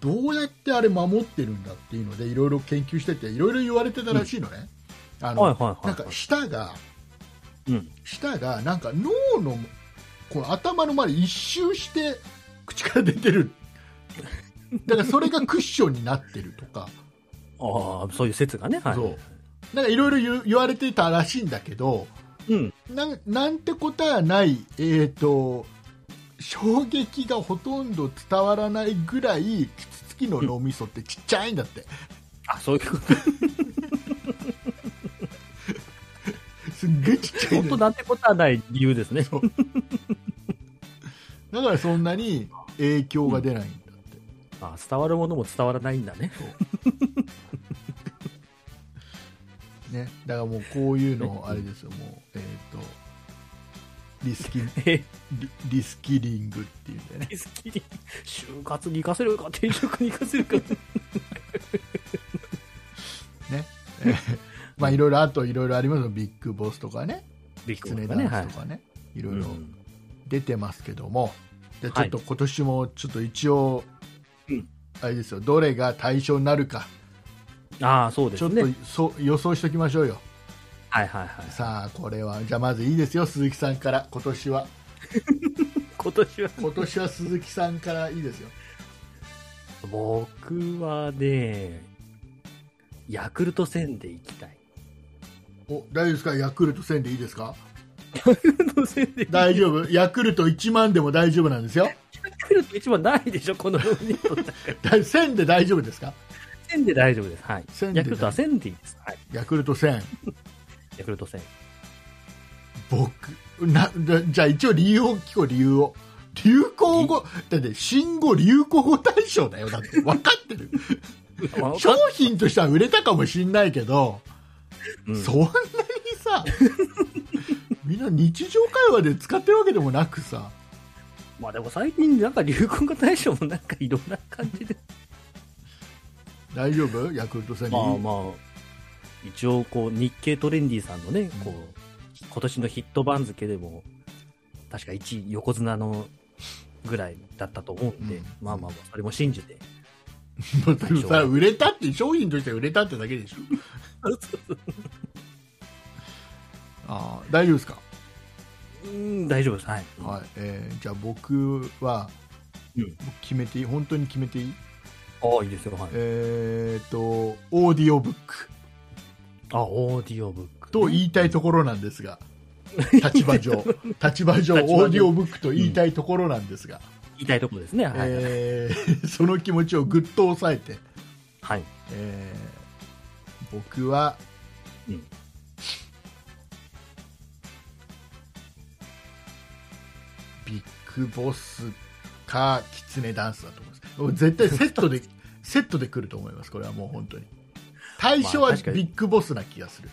どうやってあれ守ってるんだっていうのでいろいろ研究してていろいろ言われてたらしいのね、あのはいはいはい。なんか舌がうん。舌がなんか脳のこの頭の周り一周して口から出て るだからそれがクッションになってるとかああ、そういう説がね、はい。そうなんかいろいろ言う言われてたらしいんだけどうん。ななんてことはない、えー、と衝撃がほとんど伝わらないぐらいキツツキの脳みそってちっちゃいんだって、あ、そういうこと。すっげえちっちゃいんだ本当よなんてことはない理由ですね。だからそんなに影響が出ないんだって、あ伝わるものも伝わらないんだね。 ね、だからもうこういうのをあれですよもうえっ、とリスキえ、リリスキリングっていうんだよねリスキリ、就活に行かせるか、転職に行かせ るか。ね、えーまあいろいろあといろいろありますよビッグボスとかねビキツ ネダンスとかね、い、ろいろうん出てますけども、でちはょいっと今年もちょっと一応、うんあれですよどれが対象になるかああ、そうでちょすっねと。そ、予想しておきましょうよはいはいはい。さあこれはじゃあまずいいですよ鈴木さんから今年は今年は、今年は鈴木さんからいいですよ僕はね、ヤクルト1000で行きたい。お大丈夫ですかヤクルト1000でいいですかヤクルト1000で大丈夫ヤクルト1万でも大丈夫なんですよヤクルト一番ないでしょ、この4人 と。だ1000で大丈夫ですか1000で大丈夫です。はい1000。でヤクルトは1000でいいです。はい。ヤクルト1000ヤクルト1000。僕なだじゃあ一応理由を聞こう理由を流行語だって新語・流行語大賞だよだって分かって るまあ商品としては売れたかもしんないけど、うんそんなに さみんな日常会話で使ってるわけでもなくさまあでも最近なんか流行語大賞もなんかいろんな感じで。大丈夫ヤクルト1000でいい、まあまあ、一応こう日経トレンディさんのね、こう、今年のヒット番付でも、確か1位横綱のぐらいだったと思うんで、うんまあまあまあ、それも信じて。だってさ売れたって商品として売れたってだけで しょあー大丈夫ですか、うん、大丈夫です。はい。はいえーじゃあ僕は、うん僕決めていい本当に決めていいああ、いいですよ。はい。えー、とオーディオブックあ、オーディオブック。と言いたいところなんです が立場上立場上立場上オーディオブックと言いたいところなんですが、言いたいところですね。はい。えー その気持ちをぐっと抑えて、はい。えー僕はうん。ビッグボスかキツネダンスだと思いますもう絶対セッ トでセットで来ると思いますこれはもう本当に対象はビまあ確かにッグボスな気がする、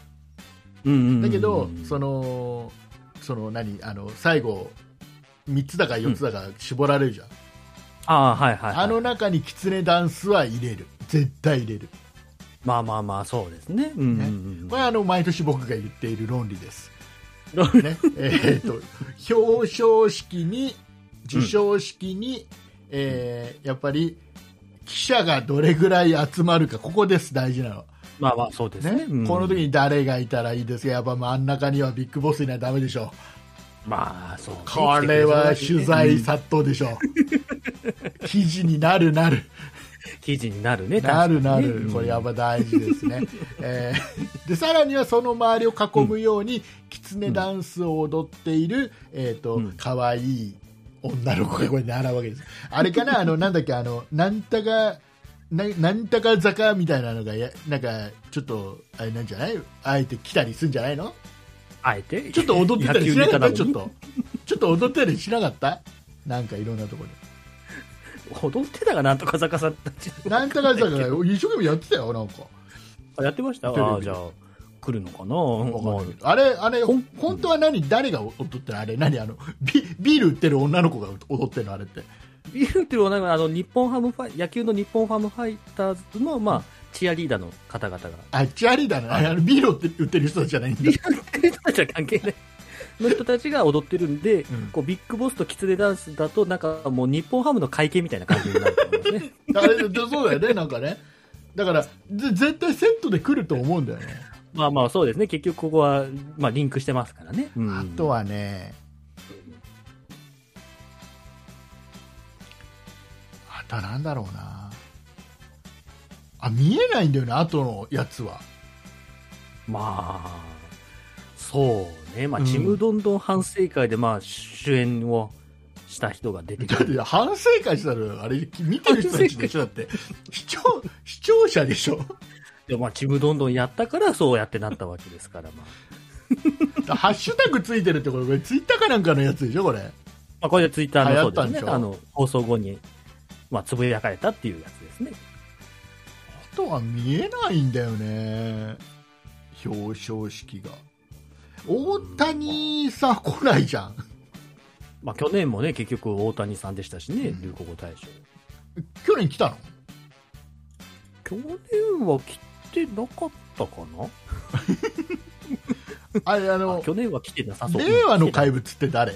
うんうんうんうんだけど、そ、のその何あの最後3つだか4つだか絞られるじゃん、ああ、はいはい、はい。あの中にキツネダンスは入れる絶対入れるまあまあまあ、そうですね。うんうんこれはあの毎年僕が言っている論理です。論ね、えーと表彰式に授賞式に、えーやっぱり記者がどれぐらい集まるかここです大事なの。まあまあ、そうですねね。うんこの時に誰がいたらいいですかやっぱ真ん中にはビッグボスいないとダメでしょまあ、そうね。これは取材殺到でしょ 記事になるなる記事になるね。なる確かなにねる、これうやんっぱ大事ですね、えーでさらにはその周りを囲むように、キツネダンスを踊っている、えーとうん可愛い女の子がこれ習うわけですあれかなあのなんだっけあのなんたかななんたか坂みたいなのがやなんかちょっとあれなんじゃないあえて来たりするんじゃないのあえて。ちょっと踊ってたりしなかったちょっ野球ネとちょっと踊ってたりしなかったなんかいろんなところタなのに踊ってたかな、とか坂さんたち。 でなんたか坂が一生懸命やってたよなんかあやってましたテレビああ、じゃあ、来るのかなわかんないけまどあれ、あれ、ほん本当は何、誰が踊ってるのあれ、何、あの、ビビール売ってる女の子が踊ってるのあれって。あビルっていうのはなんか、あの、日本ハムファイ、野球の日本ハムファイターズの、まあ、チアリーダーの方々が。あ、チアリーダーなのあのビール売って売ってる人たちじゃないんだリ。アルタじゃ関係ない。の人たちが踊ってるんで、うんこうビッグボスとキツネダンスだと、なんかもう日本ハムの会見みたいな感じになると思いま すね。あれ、でそうだよね、なんかね。だから、ぜ絶対セットで来ると思うんだよね。まあまあそうですね。結局ここは、まあリンクしてますからね。うんあと。はね、あとはなんだろうな。あ、見えないんだよね、後のやつは。まあ、そうね。まあ、ちむどんどん反省会で、まあ、主演をした人が出てだくって る。反省会したらあれ見てる人たちでしょだって視聴視聴者でしょで、まあ、ちむどんどんやったから、そうやってなったわけですから、まあ。ハッシュタグついてるってことこれツイッターかなんかのやつでしょこれまあ、これでツイッターの流行そっうたんででしすょね。あの、放送後に、まあ、つぶやかれたっていうやつですね。あとは見えないんだよね表彰式が大谷さ来ないじゃんまあ、去年もね、結局大谷さんでしたしね、うん流行語大賞。去年来たの去年は来てなかったかなあれああの去年は来てなさそう。令和の怪物。物って誰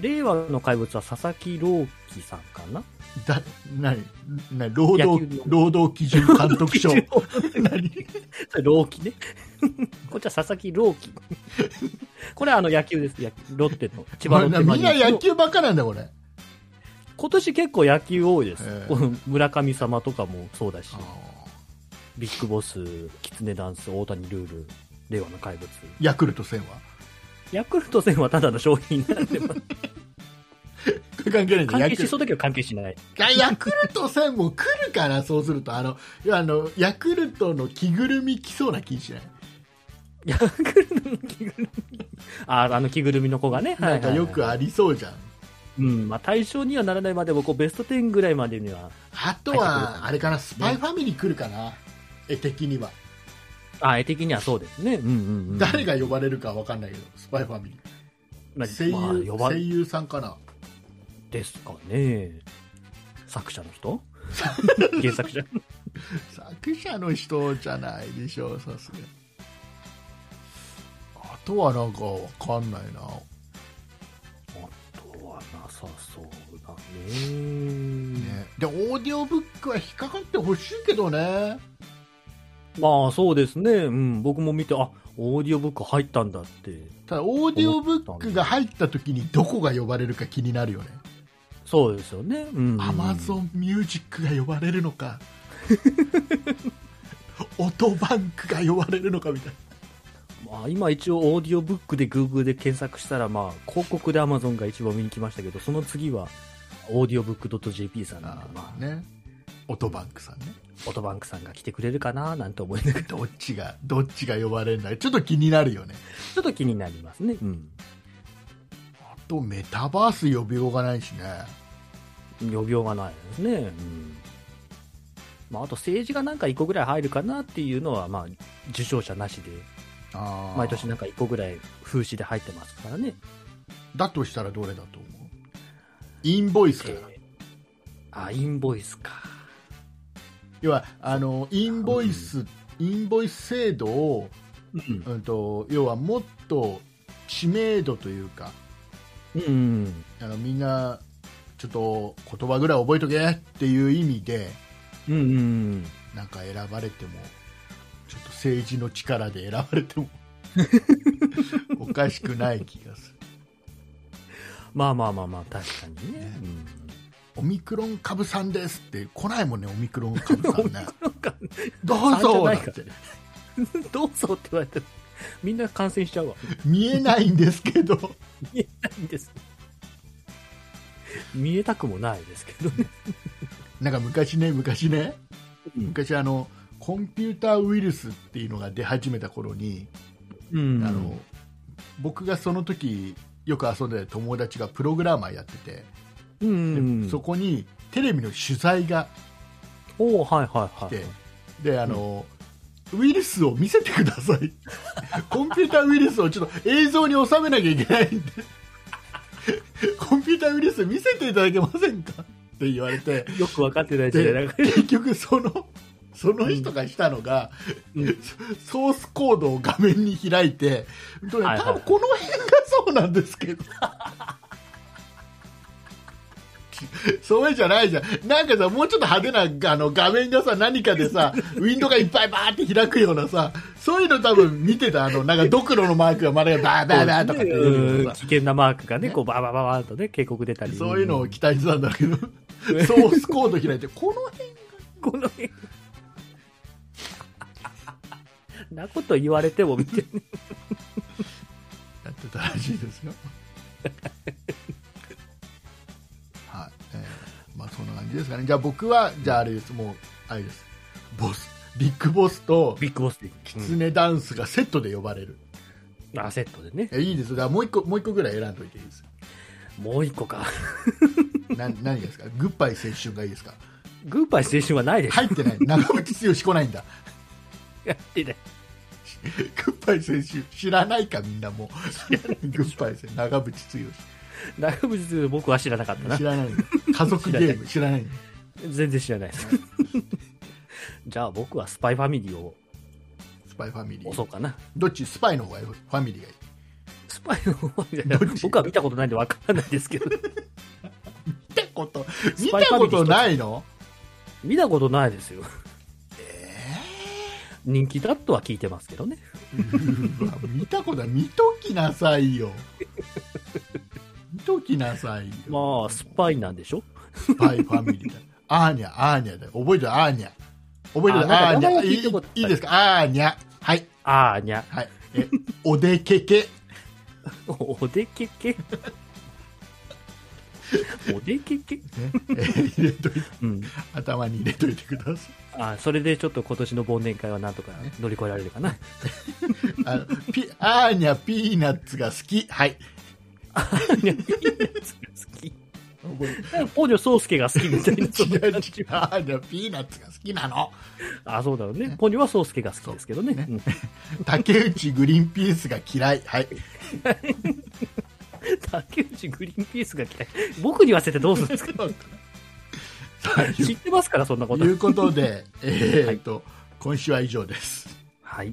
令和の怪物は佐々木朗希さんかなだ何何労働野球の労働基準監督署何 朗希ね。 こっちは佐々木朗希。 これはあの野球です。野球ロッテの。千葉ロッテマみんリーンズなの野球ばっかなんだこれ今年結構野球多いですへえ。この村神様とかもそうだしあ、ビッグボス、キツネダンス、大谷ルール、令和の怪物。ーヤクルト戦はヤクルト戦はただの商品なんで、まあ関係ないんだ関ヤ係クしそうだけど関係しない。ヤクルト戦も来るからそうするとあのいやあのヤクルトの着ぐるみ着そうな気しない、ヤクルトの着ぐるみ。あ、あの着ぐるみの子が ね。はいはいはいなんかよくありそうじゃんうん、まあ対象にはならないまでも、こうベスト10ぐらいまでには、あと入ってくはるあれかなスパイファミリー来るかな、絵的にはあ、絵的にはそうですね。うんうん、うん。誰が呼ばれるかわかんないけどスパイファミリーまあ、声優,、まあ呼ば声優さんかなですかね。作者の 人原作者作者の人じゃないでしょうさすがにあとはなんかわかんないなあとはなさそうだね。ねでオーディオブックは引っかかってほしいけどねまあそうですね。うん、僕も見て、あ、オーディオブック入ったんだって。ただオーディオブックが入った時にどこが呼ばれるか気になるよねそうですよね。うん。アマゾンミュージックが呼ばれるの か音バンクが呼ばれるのかみたいまあ、今一応オーディオブックで Google で検索したら、まあ、広告で Amazon が一番見に来ましたけど、その次は、オーディオブック .jp さんなんなで、まあ、ね音バンクさんねオトバンクさんが来てくれるかななんて思いながら、ち どっちがどっちが呼ばれるんだかちょっと気になるよねょっと気になりますね。うん。あとメタバース呼びようがないしね呼びようがないですね。うん。まあ、あと政治がなんか1個ぐらい入るかなっていうのは、まあ、受賞者なしで、あー毎年なんか1個ぐらい風刺で入ってますからね。だとしたらどれだと思うインボイスかなえーあ、インボイスか。要はあのインボイス、インボイス制度を、うんうん、と要はもっと知名度というかうんあのみんなちょっと言葉ぐらい覚えとけっていう意味でうんうんなんか選ばれてもちょっと政治の力で選ばれてもおかしくない気がする まあまあまあまあ確かにねねオミクロン株さんですって来ないもんねオミクロン株さんねどうぞあだじゃなっいかてうん どうぞって言われてもみんな感染しちゃうわ 見えないんですけど見えないんです見えたくもないですけどね、なんか昔ね昔ねうん昔あのコンピューターウイルスっていうのが出始めた頃に、あの僕がその時よく遊んでた友達がプログラマーやってて、うでんそこにテレビの取材がおおはいはいは来いて、であの、ウイルスを見せてください コンピューターウイルスをちょっと映像に収めなきゃいけないんでコンピューターウイルス見せていただけませんかって言われてよく分かってないしねなでんか結局そのその人がしたのが、うんうんソースコードを画面に開いて、本当ねはいはい多分この辺がそうなんですけどそれじゃないじゃんなんかさもうちょっと派手なあの画面がさ何かで さウィンドウがいっぱいバーって開くようなさそういうの多分見てたあのなんかドクロのマークがまだバーバーバーとかって出てくるうさん危険なマークがね、こう、ババババーンとね、警告出たり。そういうのを期待してたんだけど、ソースコード開いて、この辺この辺。 なこと言われても見て、 やってたらしいですよ。 はい、えーまあそんな感じですかね。じゃあ僕は、じゃああれです、もう、あれです。ボス、ビッグボスと、ビッグボスで。キツネダンスがセットで呼ばれる。アセットでね。えいいですよ。だからもう一個、もう一個ぐらい選んどいていいです。もう一個か。な 何がいいですかグッバイ青春がいいですかグーパイ青春はないでしょ。入ってない。長渕剛来ないんだ。やってないグッバイ青春、知らないか、みんなも う。グッバイ青春、長渕剛。長渕剛僕は知らなかったな知。らないんだ家族ゲーム 知らないんだ全然知らないです。 じゃあ僕はスパイファミリーをスパイファミリ押そーうかな。どっちスパイの方がいいファミリーがいいスパイの方じゃないどっち僕は見たことないんでわからないですけ ど。見たこと見パイフたァこミリーとない の見たことないですよ。人気だとは聞いてますけどね。うわ見たことない見ときなさいよ見ときなさいよまあ、スパイなんでしょスパイファミリーだアーニャアーニャだよ覚えてるアーニャ覚えてるあアーニなんか名前はャ聞いたことないいいいいですかアーニャはいあーにゃ。はいえおでけけおでけけ。おでけけ。ねえ入れといてうん。頭に入れといてくださいあそれでちょっと今年の忘年会はなんとか乗り越えられる かな。あのピアーニャピーナッツが好きはいあーにゃ、いいやつが好き。覚えてる 北条宗介が好きみたいな。そん 違なう違う感じあーじゃあピーナッツが好きなのあ、そうだろうね。ポニョは宗介が好きですけどね。うん竹内グリーンピースが嫌いはい竹内グリーンピースが来た。僕に言わせてどうするん ですかさあ知ってますから、そんなことい。うことでえーっと、今週は以上ですはい。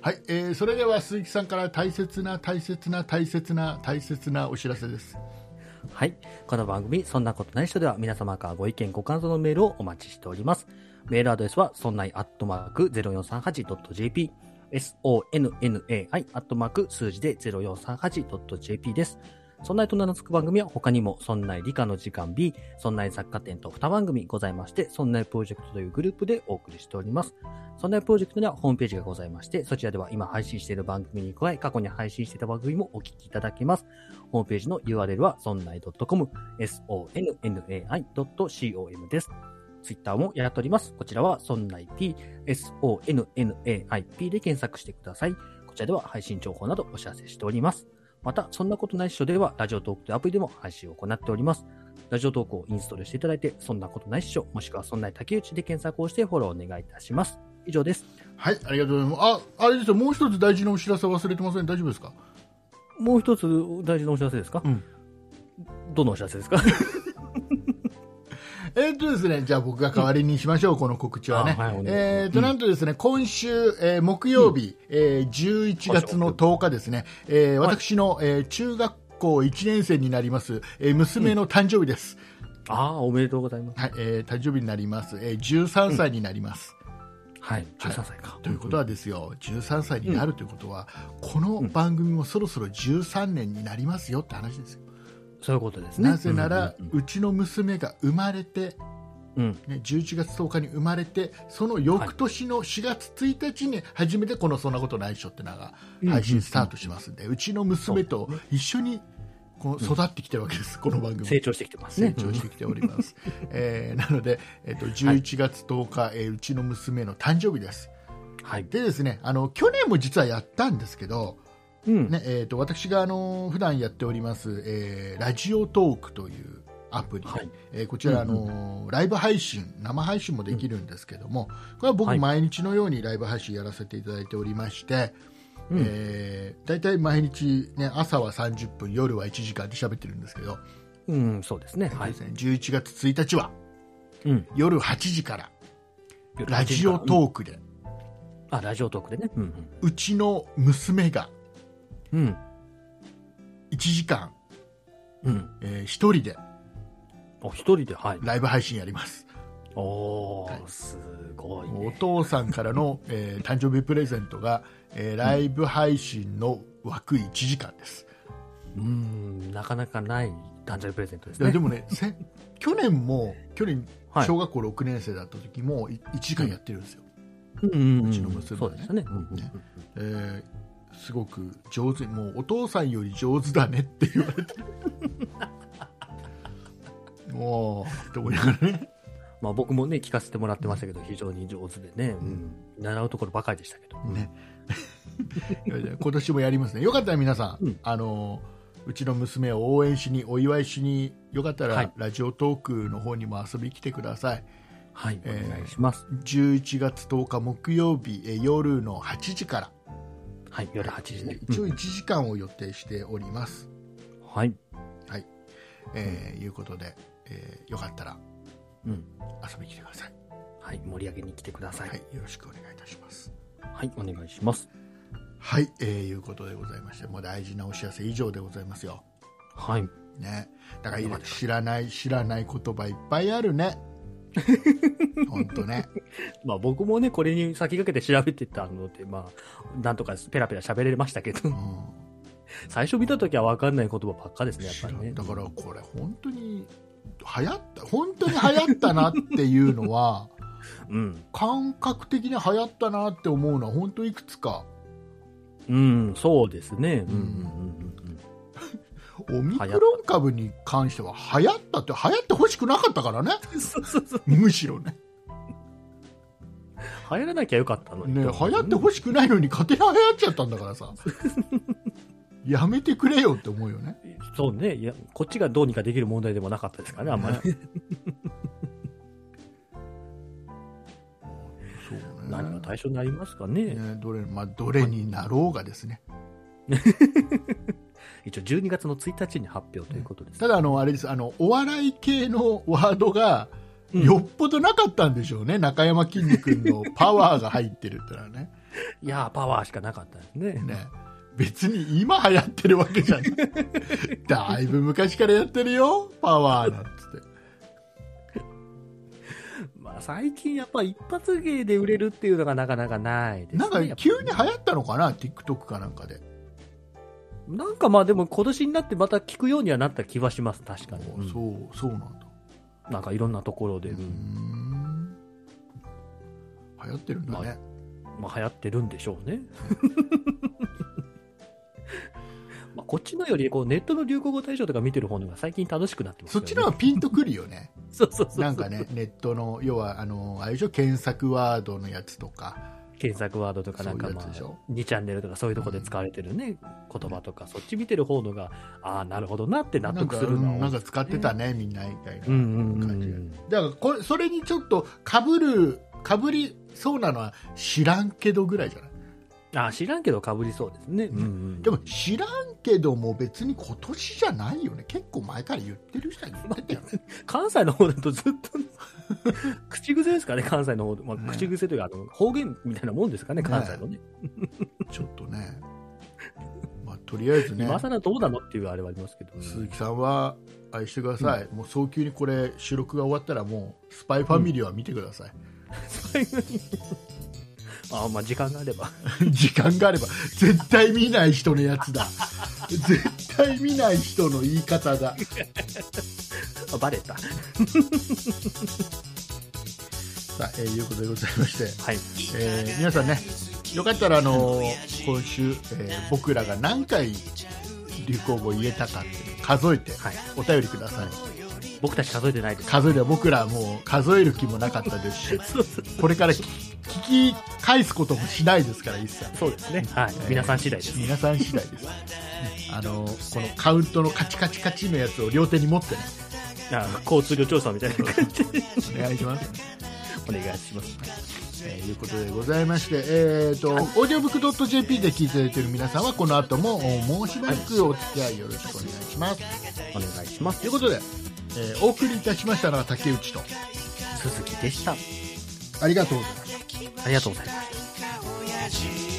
はい、えーそれでは鈴木さんから大切な大切な大切な大切なお知らせですはい。この番組、そんなことない人では皆様からご意見、ご感想のメールをお待ちしております。メールアドレスは、そんないアットマーク 0438.jp、sonnai アットマーク数字で 0438.jp です。そんないと名の付く番組は他にも、そんない理科の時間 B、そんない雑貨店と2番組ございまして、そんないプロジェクトというグループでお送りしております。そんないプロジェクトにはホームページがございまして、そちらでは今配信している番組に加え、過去に配信していた番組もお聞きいただけます。ホームページの URL は sonnai.com、sonnai.com です。ツイッターもやっております。こちらは、そんない P、SONNAIP で検索してください。こちらでは配信情報などお知らせしております。また、そんなことないっしょでは、ラジオトークというアプリでも配信を行っております。ラジオトークをインストールしていただいて、そんなことないっしょ、もしくはそんない竹内で検索をしてフォローお願いいたします。以上です。はい、ありがとうございます。あ、あれですよ、もう一つ大事なお知らせ忘れてません。大丈夫ですか。もう一つ大事なお知らせですか、うんどのお知らせですかえっとですね、じゃあ僕が代わりにしましょう、この告知はね。あはいお願いしますえっと、なんとですね、今週、えー木曜日、えー11月の10日ですね、えー私の、えー中学校1年生になります、えー娘の誕生日です。あ あ、おめでとうございます。はい、えー誕生日になります。えー13歳になります。はい、13歳か。ということはですよ、13歳になるということは、この番組もそろそろ13年になりますよって話ですよ。そういうことですね。なぜなら、うちの娘が生まれて、うん、うんうんね、11月10日に生まれてその翌年の4月1日に初めてこの「そんなことないっしょ」ってのがうん配信スタートしますんで、うちの娘と一緒にこう育ってきてるわけです、この番うん組成長してきてます成ね。長してきており ます、えーなので、えっと11月10日、えーうちの娘の誕生日ですうんはい。でですねあの去年も実はやったんですけど、うん。ねえー、と私があの普段やっております、えーラジオトークというアプリ、はいえーこちら、あのライブ配信生配信もできるんですけども、これは僕、はい毎日のようにライブ配信やらせていただいておりまして、うんえー大体毎日、ね、朝は30分夜は1時間で喋ってるんですけど、うん、そうですね。はいで。すね11月1日はうん。夜8時からラジオトークで、うあ、ラジオトークでね。うんちの娘がうん。うん。 1時間、うん。え1人でお、一人で、はい。ライブ配信やります。おはいー、すごいおね。父さんからの、えー誕生日プレゼントが、えーライブ配信の枠1時間です、うん、なかなかない誕生日プレゼントですいやね。でもねせ去年も去年はい小学校6年生だった時も1時間やってるんですよ、うんうんうん、うちの娘ねそうですね。うんうんねえーすごく上手にもうお父さんより上手だねって言わ れてもうって思いながらねまあ僕もね、聞かせてもらってましたけど、非常に上手でね、うん、習うところばかりでしたけど。ね 今年もやりますねよかったら皆さん、うんあのうちの娘を応援しにお祝いしによかったら、はいラジオトークの方にも遊びに来てくださいはい、えーお願いします。 11月10日木曜日えー夜の8時からはい、夜8時ね。一応うん1時間を予定しております、はい。えーいうことで、えーよかったらうん。遊びに来てください、はい、盛り上げに来てください。ははいい、、よろしくお願いいたしますお願いします。はい、えーいうことでございましてもう大事なお知らせ以上でございますよはい。ね、だからいいね知らない知らない言葉いっぱいある ね。本当ね。まあ僕もね、これに先駆けて調べてたので、まあ、なんとかペラペラ喋れましたけど う、ん最初見た時は分かんない言葉ばっかですね、やっぱりね。だからこれ本当に流行った本当に流行ったなっていうの はうん。感覚的に流行ったなって思うのは本当いくつか。うん、そうですね。うんうんオミクロン株に関しては流行ったって流行ってほしくなかったからね。うんうん。 そうそうそう。むしろね。流行らなきゃよかったのに。ね流行ってほしくないのに勝手に流行っちゃったんだから さ。やめてくれよって思うよね。そうね。いや、こっちがどうにかできる問題でもなかったですからね、あんまり。そうね 何が対象になりますかね。ね、どれ、まあ、どれになろうがですね。一応12月の1日に発表ということです。ただ、あの、あれです、あの、お笑い系のワードが、うんよっぽどなかったんでしょうね。中山きんに君のパワーが入ってるってのはね。いやー、パワーしかなかったですね。ね。別に今流行ってるわけじ ゃない。だいぶ昔からやってるよ、パワーなんつって。まあ、最近やっぱ一発芸で売れるっていうのがなかなかないですね。なんかやっぱり急に流行ったのかな、TikTok かなんかで。なんかまあでも今年になってまた聞くようにはなった気はします、確かに。おそう、そうなんだ。うんなんかいろんなところで、うーん。流行ってるんだね。まあ流行ってるんでしょうね。 まあこっちのよりこうネットの流行語大賞とか見てる方のが最近楽しくなってますそよっね。ちの方がピンとくるよね。そうそうそう。なんかね、ネットの、要は、あの、あれでしょ、検索ワードのやつとか、検索ワードとかなんかまそういうやつでしあょ、 2チャンネルとかそういうとこで使われてるね、言葉とか、そっち見てる方のが、ああ、なるほどなって納なん得か、すうるのは多んいなんか使ってたね、みんなみたいなうんうんうんう感じが。ん。だからこれ、それにちょっとかぶる、かぶりそうなのは知らんけどぐらいじゃないあー知らんけどかぶりそうですね。うんうんでも知らんけども別に今年じゃないよね結構前から言ってる人は言ってたよ ね関西の方だとずっと口癖ですかね、関西の方、まあ、ね口癖というか、あの方言みたいなもんですかね、関西のね。ちょっとね、まあ、とりあえずね今更どうなのっていうあれはありますけど、鈴木さんは愛してください、もう早急にこれ収録が終わったらもうスパイファミリーは見てください、 あーまあ時間があれば、 時間があれば絶対見ない人のやつだ絶対見ない人の言い方だあバレた。さあ、えーいうことでございましてはい。えー皆さんねよかったらあのー今週、えー僕らが何回流行語を言えたかっていうのを数えてはいお便りください、僕たち数えてないです。数えれば僕らはもう数える気もなかったですしそうそうこれから聞き聞き返すこともしないですから一切 そうですね。はい。皆さん次第です。皆さん次第ですあのーこのカウントのカチカチカチのやつを両手に持ってねあー交通量調査みたいな感じでお願いしますお願いします。えーいうことでございまして、えー、と、オーディオブックドット JP で聞いていただいている皆さんは、この後も、もうしばらくお付き合いよろしくお願いします。お願いします。ということで、えーお送りいたしましたのは竹内と、鈴木でした。ありがとうございました。ありがとうございます。親父